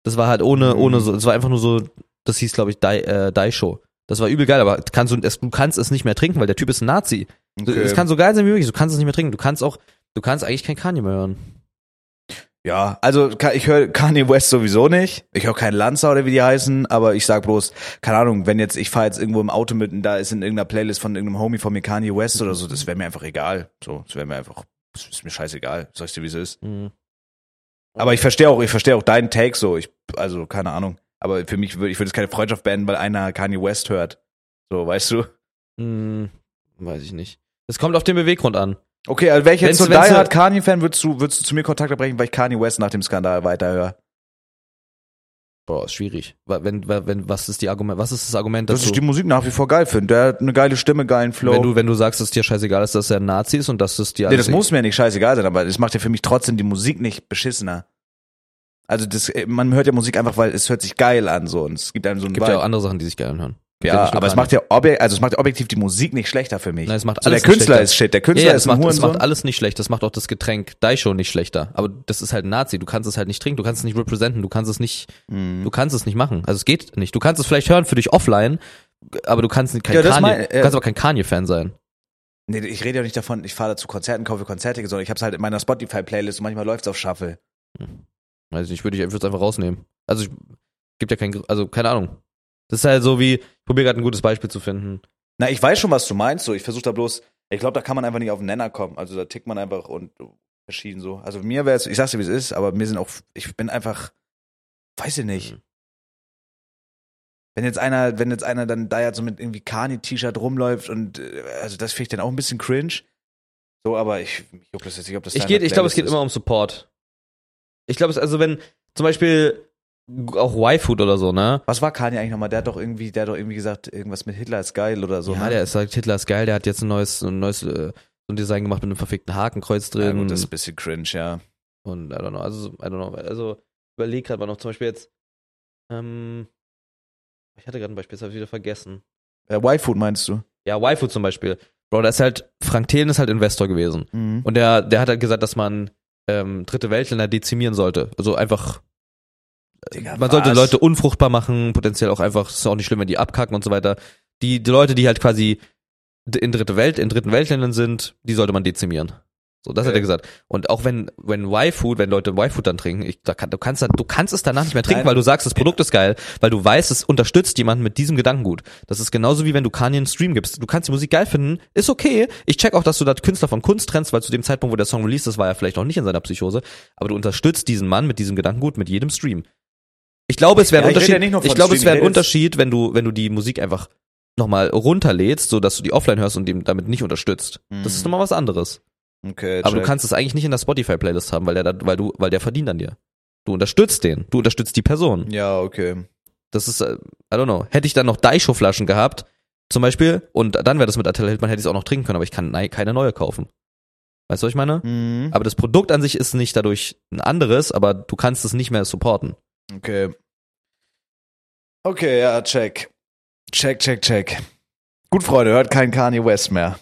Das war halt ohne,
Mhm.
ohne so, es war einfach nur so, das hieß glaube ich Dai, äh, Daisho. Das war übel geil, aber kannst du, es, du kannst es nicht mehr trinken, weil der Typ ist ein Nazi. Du-
Okay.
Es kann so geil sein wie möglich, du kannst es nicht mehr trinken. Du kannst auch, du kannst eigentlich kein Kanye mehr hören.
Ja, also Ka- ich höre Kanye West sowieso nicht. Ich höre keinen Lanza oder wie die heißen, aber ich sag bloß, keine Ahnung, wenn jetzt, ich fahre jetzt irgendwo im Auto mit und da ist in irgendeiner Playlist von irgendeinem Homie von mir Kanye West oder so, das wäre mir einfach egal. So, das wäre mir einfach, das ist mir scheißegal, sagst du, wie es ist.
Mhm.
Aber ich verstehe auch, ich verstehe auch deinen Take so, ich, also keine Ahnung. Aber für mich würde, ich würde jetzt keine Freundschaft beenden, weil einer Kanye West hört. So, weißt du?
Hm, weiß ich nicht. Es kommt auf den Beweggrund an.
Okay, also wäre ich jetzt
Wenn's-
so Die
wenn's-
Hard Kanye-Fan, würdest du, würdest du zu mir Kontakt abbrechen, weil ich Kanye West nach dem Skandal weiterhöre?
Boah, ist schwierig. Wa- Wenn, wa- wenn, was ist die Argument, was ist das Argument,
Dass
dass
ich die
du,
Musik nach wie vor geil finde. Der hat eine geile Stimme, geilen Flow.
wenn du, wenn du sagst, dass dir scheißegal ist, dass er ein Nazi ist und dass es dir
nee, das muss mir ja nicht scheißegal sein, aber das macht ja für mich trotzdem die Musik nicht beschissener. Also das, äh, man hört ja Musik einfach, weil es hört sich geil an so und es gibt einem so einen
gibt
Vibe.
ja auch andere Sachen, die sich geil anhören.
ja, aber es macht ja objek also es macht ja objektiv die Musik nicht schlechter für mich.
Nein, es macht
so, der
alles nicht
Künstler
schlechter.
ist shit, der
ja,
Künstler
ja, es
ist ein
macht, es
Hurensohn.
macht alles nicht schlecht. Das macht auch das Getränk Daisho nicht schlechter. Aber das ist halt Nazi. Du kannst es halt nicht trinken, du kannst es nicht representen, du kannst es nicht,
Mhm.
du kannst es nicht machen. Also es geht nicht. Du kannst es vielleicht hören für dich offline, aber du kannst kein
Ja, das
Kanye,
mein-
du kannst aber kein Kanye-Fan sein.
Nee, ich rede ja nicht davon, ich fahre zu Konzerten, kaufe Konzerte, sondern ich hab's halt in meiner Spotify-Playlist und manchmal läuft's auf Shuffle.
Weiß nicht, würde ich würde es einfach rausnehmen. Also ich, gibt ja kein, also keine Ahnung. Das ist halt so wie, ich probiere gerade ein gutes Beispiel zu finden.
Na, ich weiß schon, was du meinst, so. Ich versuche da bloß, ich glaube, da kann man einfach nicht auf den Nenner kommen. Also da tickt man einfach und oh, verschieden so. Also mir wäre es, ich sag's dir, wie es ist, aber mir sind auch, ich bin einfach, weiß ich nicht.
Mhm.
Wenn jetzt einer, wenn jetzt einer dann da ja so mit irgendwie Kani-T-Shirt rumläuft und, äh, also das finde ich dann auch ein bisschen cringe. So, aber ich, ich juckt das jetzt nicht, ob das
Ich,
deine
geht, ich glaube, es geht
Playlist
immer um Support. Ich glaube, es also wenn zum Beispiel auch Y-Food oder so, ne?
Was war Kanye eigentlich nochmal? Der hat doch irgendwie, der hat doch irgendwie gesagt, irgendwas mit Hitler ist geil oder so.
ja,
ne?
der ist, sagt, Hitler ist geil, der hat jetzt ein neues, ein neues äh, so ein Design gemacht mit einem verfickten Hakenkreuz drin.
ja, gut, das ist ein bisschen cringe, ja.
Und I don't know, also I don't know, also überleg gerade mal noch zum Beispiel jetzt, ähm, ich hatte gerade ein Beispiel, das habe ich wieder vergessen.
Äh, Y-Food meinst du?
Ja, Waifu zum Beispiel. Bro, da ist halt, Frank Thelen ist halt Investor gewesen.
Mhm.
Und der, der hat halt gesagt, dass man ähm, dritte Weltländer dezimieren sollte. Also einfach,
Digga,
man sollte
was?
Leute unfruchtbar machen, potenziell auch einfach, es ist auch nicht schlimm, wenn die abkacken und so weiter. Die, die Leute, die halt quasi d- in dritte Welt, in dritten Weltländern sind, die sollte man dezimieren. So, das hat
Okay.
er gesagt. Und auch wenn, wenn Y-Food, wenn Leute Y-Food dann trinken, ich, da kann, du kannst, da- du kannst es danach nicht mehr trinken,
Nein.
weil du sagst, das Produkt ist geil, weil du weißt, es unterstützt jemanden mit diesem Gedankengut. Das ist genauso wie wenn du Kanye einen Stream gibst. Du kannst die Musik geil finden, ist okay. Ich check auch, dass du da Künstler von Kunst trennst, weil zu dem Zeitpunkt, wo der Song released ist, war er vielleicht noch nicht in seiner Psychose. Aber du unterstützt diesen Mann mit diesem Gedankengut, mit jedem Stream. Ich glaube, es wäre
Ja,
ein
ich rede ja
Unterschied.
nicht nur
Ich,
von
glaube, es
Stream,
wäre ein
ich rede jetzt-
Unterschied, wenn du, wenn du die Musik einfach nochmal runterlädst, so dass du die offline hörst und dem damit nicht unterstützt.
Mhm.
Das ist nochmal was anderes.
Okay,
Aber du
check.
kannst es eigentlich nicht in der Spotify-Playlist haben, weil der, da, weil du, weil der verdient an dir. Du unterstützt den. Du unterstützt die Person.
Ja, okay.
Das ist, äh, I don't know. Hätte ich dann noch Daisho-Flaschen gehabt, zum Beispiel, und dann wäre das mit Attila Hildmann, hätte ich es auch noch trinken können, aber ich kann nei- keine neue kaufen. Weißt du, was ich meine?
Mhm.
Aber das Produkt an sich ist nicht dadurch ein anderes, aber du kannst es nicht mehr supporten.
Okay. Okay, ja, check. Check, check, check. Gut, Freunde, hört kein Kanye West mehr.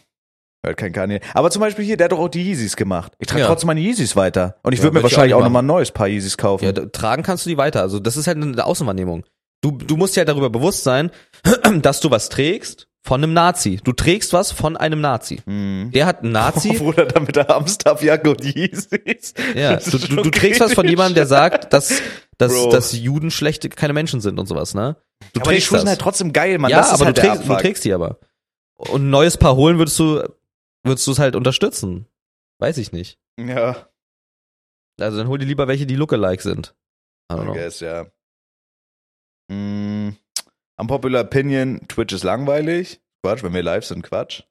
Hört kein Kanye. Aber zum Beispiel hier, der hat doch auch die Yeezys gemacht. Ich trage
Ja.
trotzdem meine Yeezys weiter. Und ich
Ja,
würde mir
würd ich
wahrscheinlich
auch
auch
nicht
nochmal ein neues Paar Yeezys kaufen.
Ja, d- tragen kannst du die weiter. Also das ist halt eine Außenwahrnehmung. Du, du musst dir halt darüber bewusst sein, dass du was trägst von einem Nazi. Du trägst was von einem Nazi.
mhm.
Der hat einen Nazi.
Bruder, da mit der Hamsterjacke und Yeezys.
Ja,
Das
du,
ist
du,
schon
du trägst was von
kritisch.
jemandem, der sagt, dass, dass,
Bro.
dass Juden schlechte keine Menschen sind und sowas, ne? Du
Ja, aber die
trägst
Schuhe
das.
sind halt trotzdem geil, Mann.
ja,
das ist
aber
halt
du,
der
trägst, du
Abfuck.
trägst die aber. Und ein neues Paar holen würdest du, würdest du es halt unterstützen. Weiß ich nicht.
Ja,
Also dann hol dir lieber welche, die lookalike sind. I don't
I
know.
guess, ja. Mm, unpopular Opinion, Twitch ist langweilig. Quatsch, wenn wir live sind, Quatsch.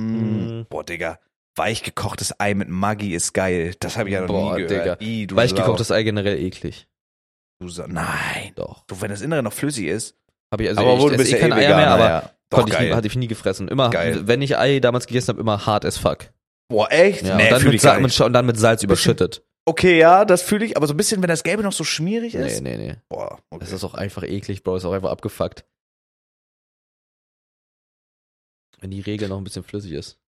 Mm,
Mm.
Boah, Digga. Weichgekochtes Ei mit Maggi ist geil. Das habe ich ja noch
Boah,
nie gehört. Digga.
Weil ich gekochtes Ei generell eklig.
Du Sau. Nein.
Doch.
Du, wenn das Innere noch flüssig ist.
Hab ich also
aber
ich,
wo du
esse
bist ja
eh
eh
keine Eier
Veganer,
mehr, aber
ja. Doch,
konnte ich nie,
geil.
hatte ich nie gefressen. Immer,
Geil.
wenn ich Ei damals gegessen habe, immer hart as fuck.
Boah, echt?
Ja,
nee,
und, dann
fühl
mit
ich
Sa
gar
mit,
nicht.
Scha- und dann mit Salz überschüttet.
Okay, ja, das fühle ich. Aber so ein bisschen, wenn das Gelbe noch so schmierig
Nee,
ist.
nee, nee.
Boah, okay.
Das ist auch einfach eklig, Bro. Ist auch einfach abgefuckt. Wenn die Regel noch ein bisschen flüssig ist.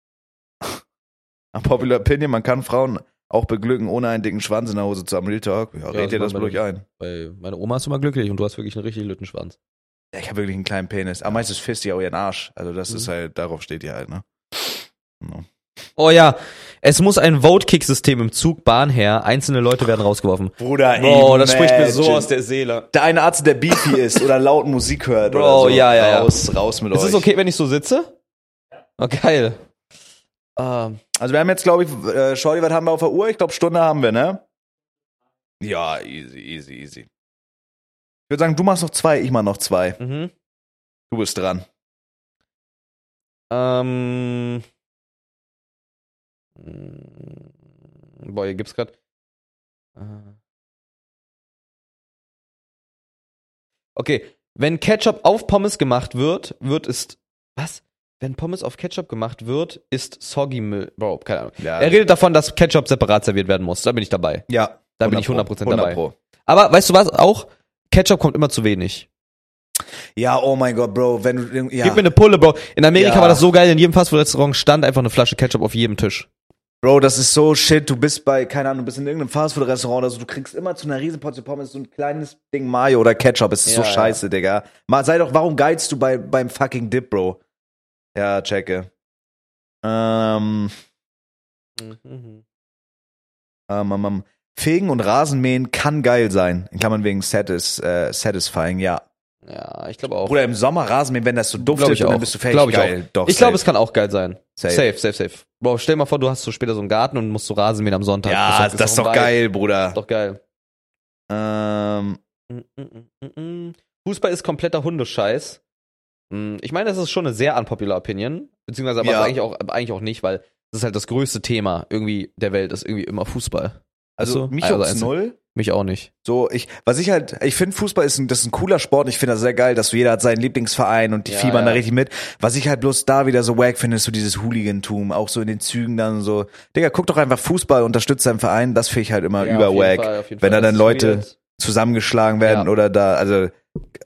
Unpopular Opinion, man kann Frauen auch beglücken, ohne einen dicken Schwanz in der Hose zu haben. Real Talk. Ja, red
das
dir das
machen wir
ruhig ein.
Weil meine Oma ist immer glücklich und du hast wirklich einen richtig Lüttenschwanz.
Ja, ich habe wirklich einen kleinen Penis. Aber meistens fisst ihr auch ihren Arsch. Also das
Mhm.
ist halt, darauf steht ihr halt, ne? No.
Oh ja, es muss ein Vote-Kick-System im Zug, Bahn her. Einzelne Leute werden rausgeworfen.
Bruder,
der Seele.
Der eine Arzt, der beefy ist oder laut Musik hört
Bro,
oder so.
ja, ja, ja.
raus, raus mit
Ist
euch.
es okay, wenn ich so sitze? Oh, geil. Ähm,
Also wir haben jetzt, glaube ich, äh, Shorty, was haben wir auf der Uhr? Ich glaube, Stunde haben wir, ne? Ja, easy, easy, easy. Ich würde sagen, du machst noch zwei, ich mach noch zwei.
mhm.
Du bist dran.
ähm, hm, mm, boah, hier gibt's grad. Äh, Okay, wenn Ketchup auf Pommes gemacht wird, wird ist was? Wenn Pommes auf Ketchup gemacht wird, ist Soggy Müll. Bro, keine Ahnung.
Ja,
Er redet davon, dass Ketchup separat serviert werden muss. Da bin ich dabei.
ja
Da bin ich
100
100% dabei.
Pro.
Aber weißt du was? Auch Ketchup kommt immer zu wenig.
Ja, oh mein Gott, Bro, wenn du ja.
Gib mir ne- eine Pulle, Bro. In Amerika
Ja.
war das so geil. In jedem Fastfood-Restaurant stand einfach eine Flasche Ketchup auf jedem Tisch.
Bro, das ist so shit. Du bist bei, keine Ahnung, du bist in irgendeinem Fastfood-Restaurant oder so. Du kriegst immer zu einer riesen Portion Pommes so ein kleines Ding Mayo oder Ketchup. Es ist so
Ja, ja.
scheiße, Digga. Mal, sei doch, warum geizt du bei, beim fucking Dip, Bro? Ja, checke. Ähm,
Mhm,
ähm, ähm, ähm. Fegen und Rasenmähen kann geil sein. In Klammern wegen satis, äh, satisfying, ja.
Ja, ich glaube auch.
Oder im Sommer Rasenmähen, wenn das so
Glaub
duftet,
ich
und dann
auch.
bist du fertig.
Glaub ich
geil.
auch.
Doch,
ich glaube,
safe.
es kann auch geil sein.
Safe.
Safe, safe, safe. Bro, stell mal vor, du hast so später so einen Garten und musst so Rasen mähen am Sonntag.
Ja, das, ist doch
ein
geil,
Vibe.
Bruder.
Doch geil.
Ähm,
Mm, mm, mm, mm. Fußball ist kompletter Hundescheiß. Mm, Ich meine, das ist schon eine sehr unpopular Opinion. Beziehungsweise aber
Ja.
eigentlich, auch, aber eigentlich auch nicht, weil das ist halt das größte Thema irgendwie der Welt, ist irgendwie immer Fußball.
also,
Weißt du?
mich
Also
juckt's
eins-
null.
Mich auch nicht.
So, ich, was ich halt, ich finde Fußball ist ein, das ist ein cooler Sport und ich finde das sehr geil, dass so jeder hat seinen Lieblingsverein und die
Ja,
fiebern da
ja.
richtig mit. Was ich halt bloß da wieder so wack finde, ist so dieses Hooligantum, auch so in den Zügen dann so. Digga, guck doch einfach Fußball, unterstützt deinen Verein, das finde ich halt immer über wack. Wenn da dann Leute Zusammengeschlagen werden
Ja.
oder da, also, I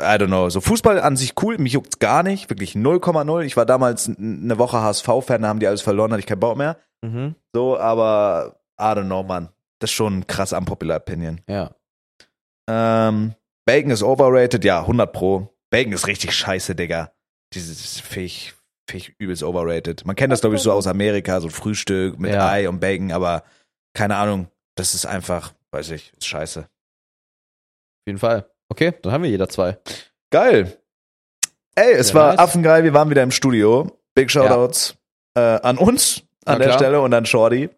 don't know. So Fußball an sich cool, mich juckt's gar nicht, wirklich 0,0. Ich war damals n- eine Woche HSV-Fan, da haben die alles verloren, hatte ich keinen Bock mehr.
Mhm.
So, aber I don't know, Mann. Das ist schon krass unpopular Opinion.
Ja.
Ähm, Bacon ist overrated, ja, 100 Pro. Bacon ist richtig scheiße, Digga. Dieses Fisch, Fisch übelst overrated. Man kennt das, glaube ich, so aus Amerika, so ein Frühstück mit
Ja.
Ei und Bacon, aber keine Ahnung, das ist einfach, weiß ich, ist scheiße.
Auf jeden Fall. Okay, dann haben wir jeder zwei.
Geil. Ey, es
Ja,
war
nice.
affengeil, wir waren wieder im Studio. Big Shoutouts äh, an uns
Na
an der
klar.
Stelle und an Shorty in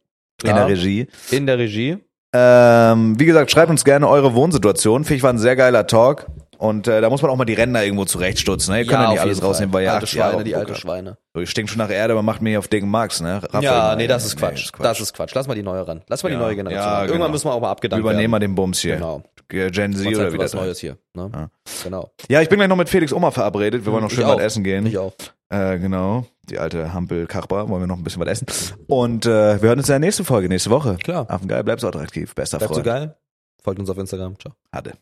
der
Klar.
Regie.
In der Regie.
Ähm, wie gesagt, schreibt uns gerne eure Wohnsituation. Finde ich war ein sehr geiler Talk. Und äh, da muss man auch mal die Ränder irgendwo zurechtstutzen. Ne? Ihr könnt ja oh nicht
auf
alles
jeden
rausnehmen,
Fall.
weil ihr
alte
acht Jahre
Schweine, die alte Schweine.
Ich stinkt schon nach Erde, aber macht mir hier auf Degen Marx, ne? Raphael,
ja,
nein,
nee, das ist Quatsch. Das
Quatsch.
ist Quatsch. Lass mal die neue ran. Lass mal
Ja.
die neue Generation.
Ja,
ran. Irgendwann
genau.
müssen wir auch mal abgedankt
Übernehmen wir
werden.
den Bums hier.
Genau.
Äh, Gen Z
Mal Zeit
oder
für
wie das
was
heißt.
Neues hier. Ne?
Ja.
Genau.
Ja, ich bin gleich noch mit Felix Oma verabredet. Wir wollen noch
Mhm, Ich
schön was
auch.
essen gehen.
Ich auch.
Äh, genau. Die alte Hampel Kachbar. Wollen wir noch ein bisschen was essen. Und äh, wir hören uns in der nächsten Folge, nächste Woche.
Klar.
Affengeil, bleib's attraktiv. Bester
Bleibt so
Ah, Freund.
geil. Folgt uns auf Instagram. Ciao.
Hatte.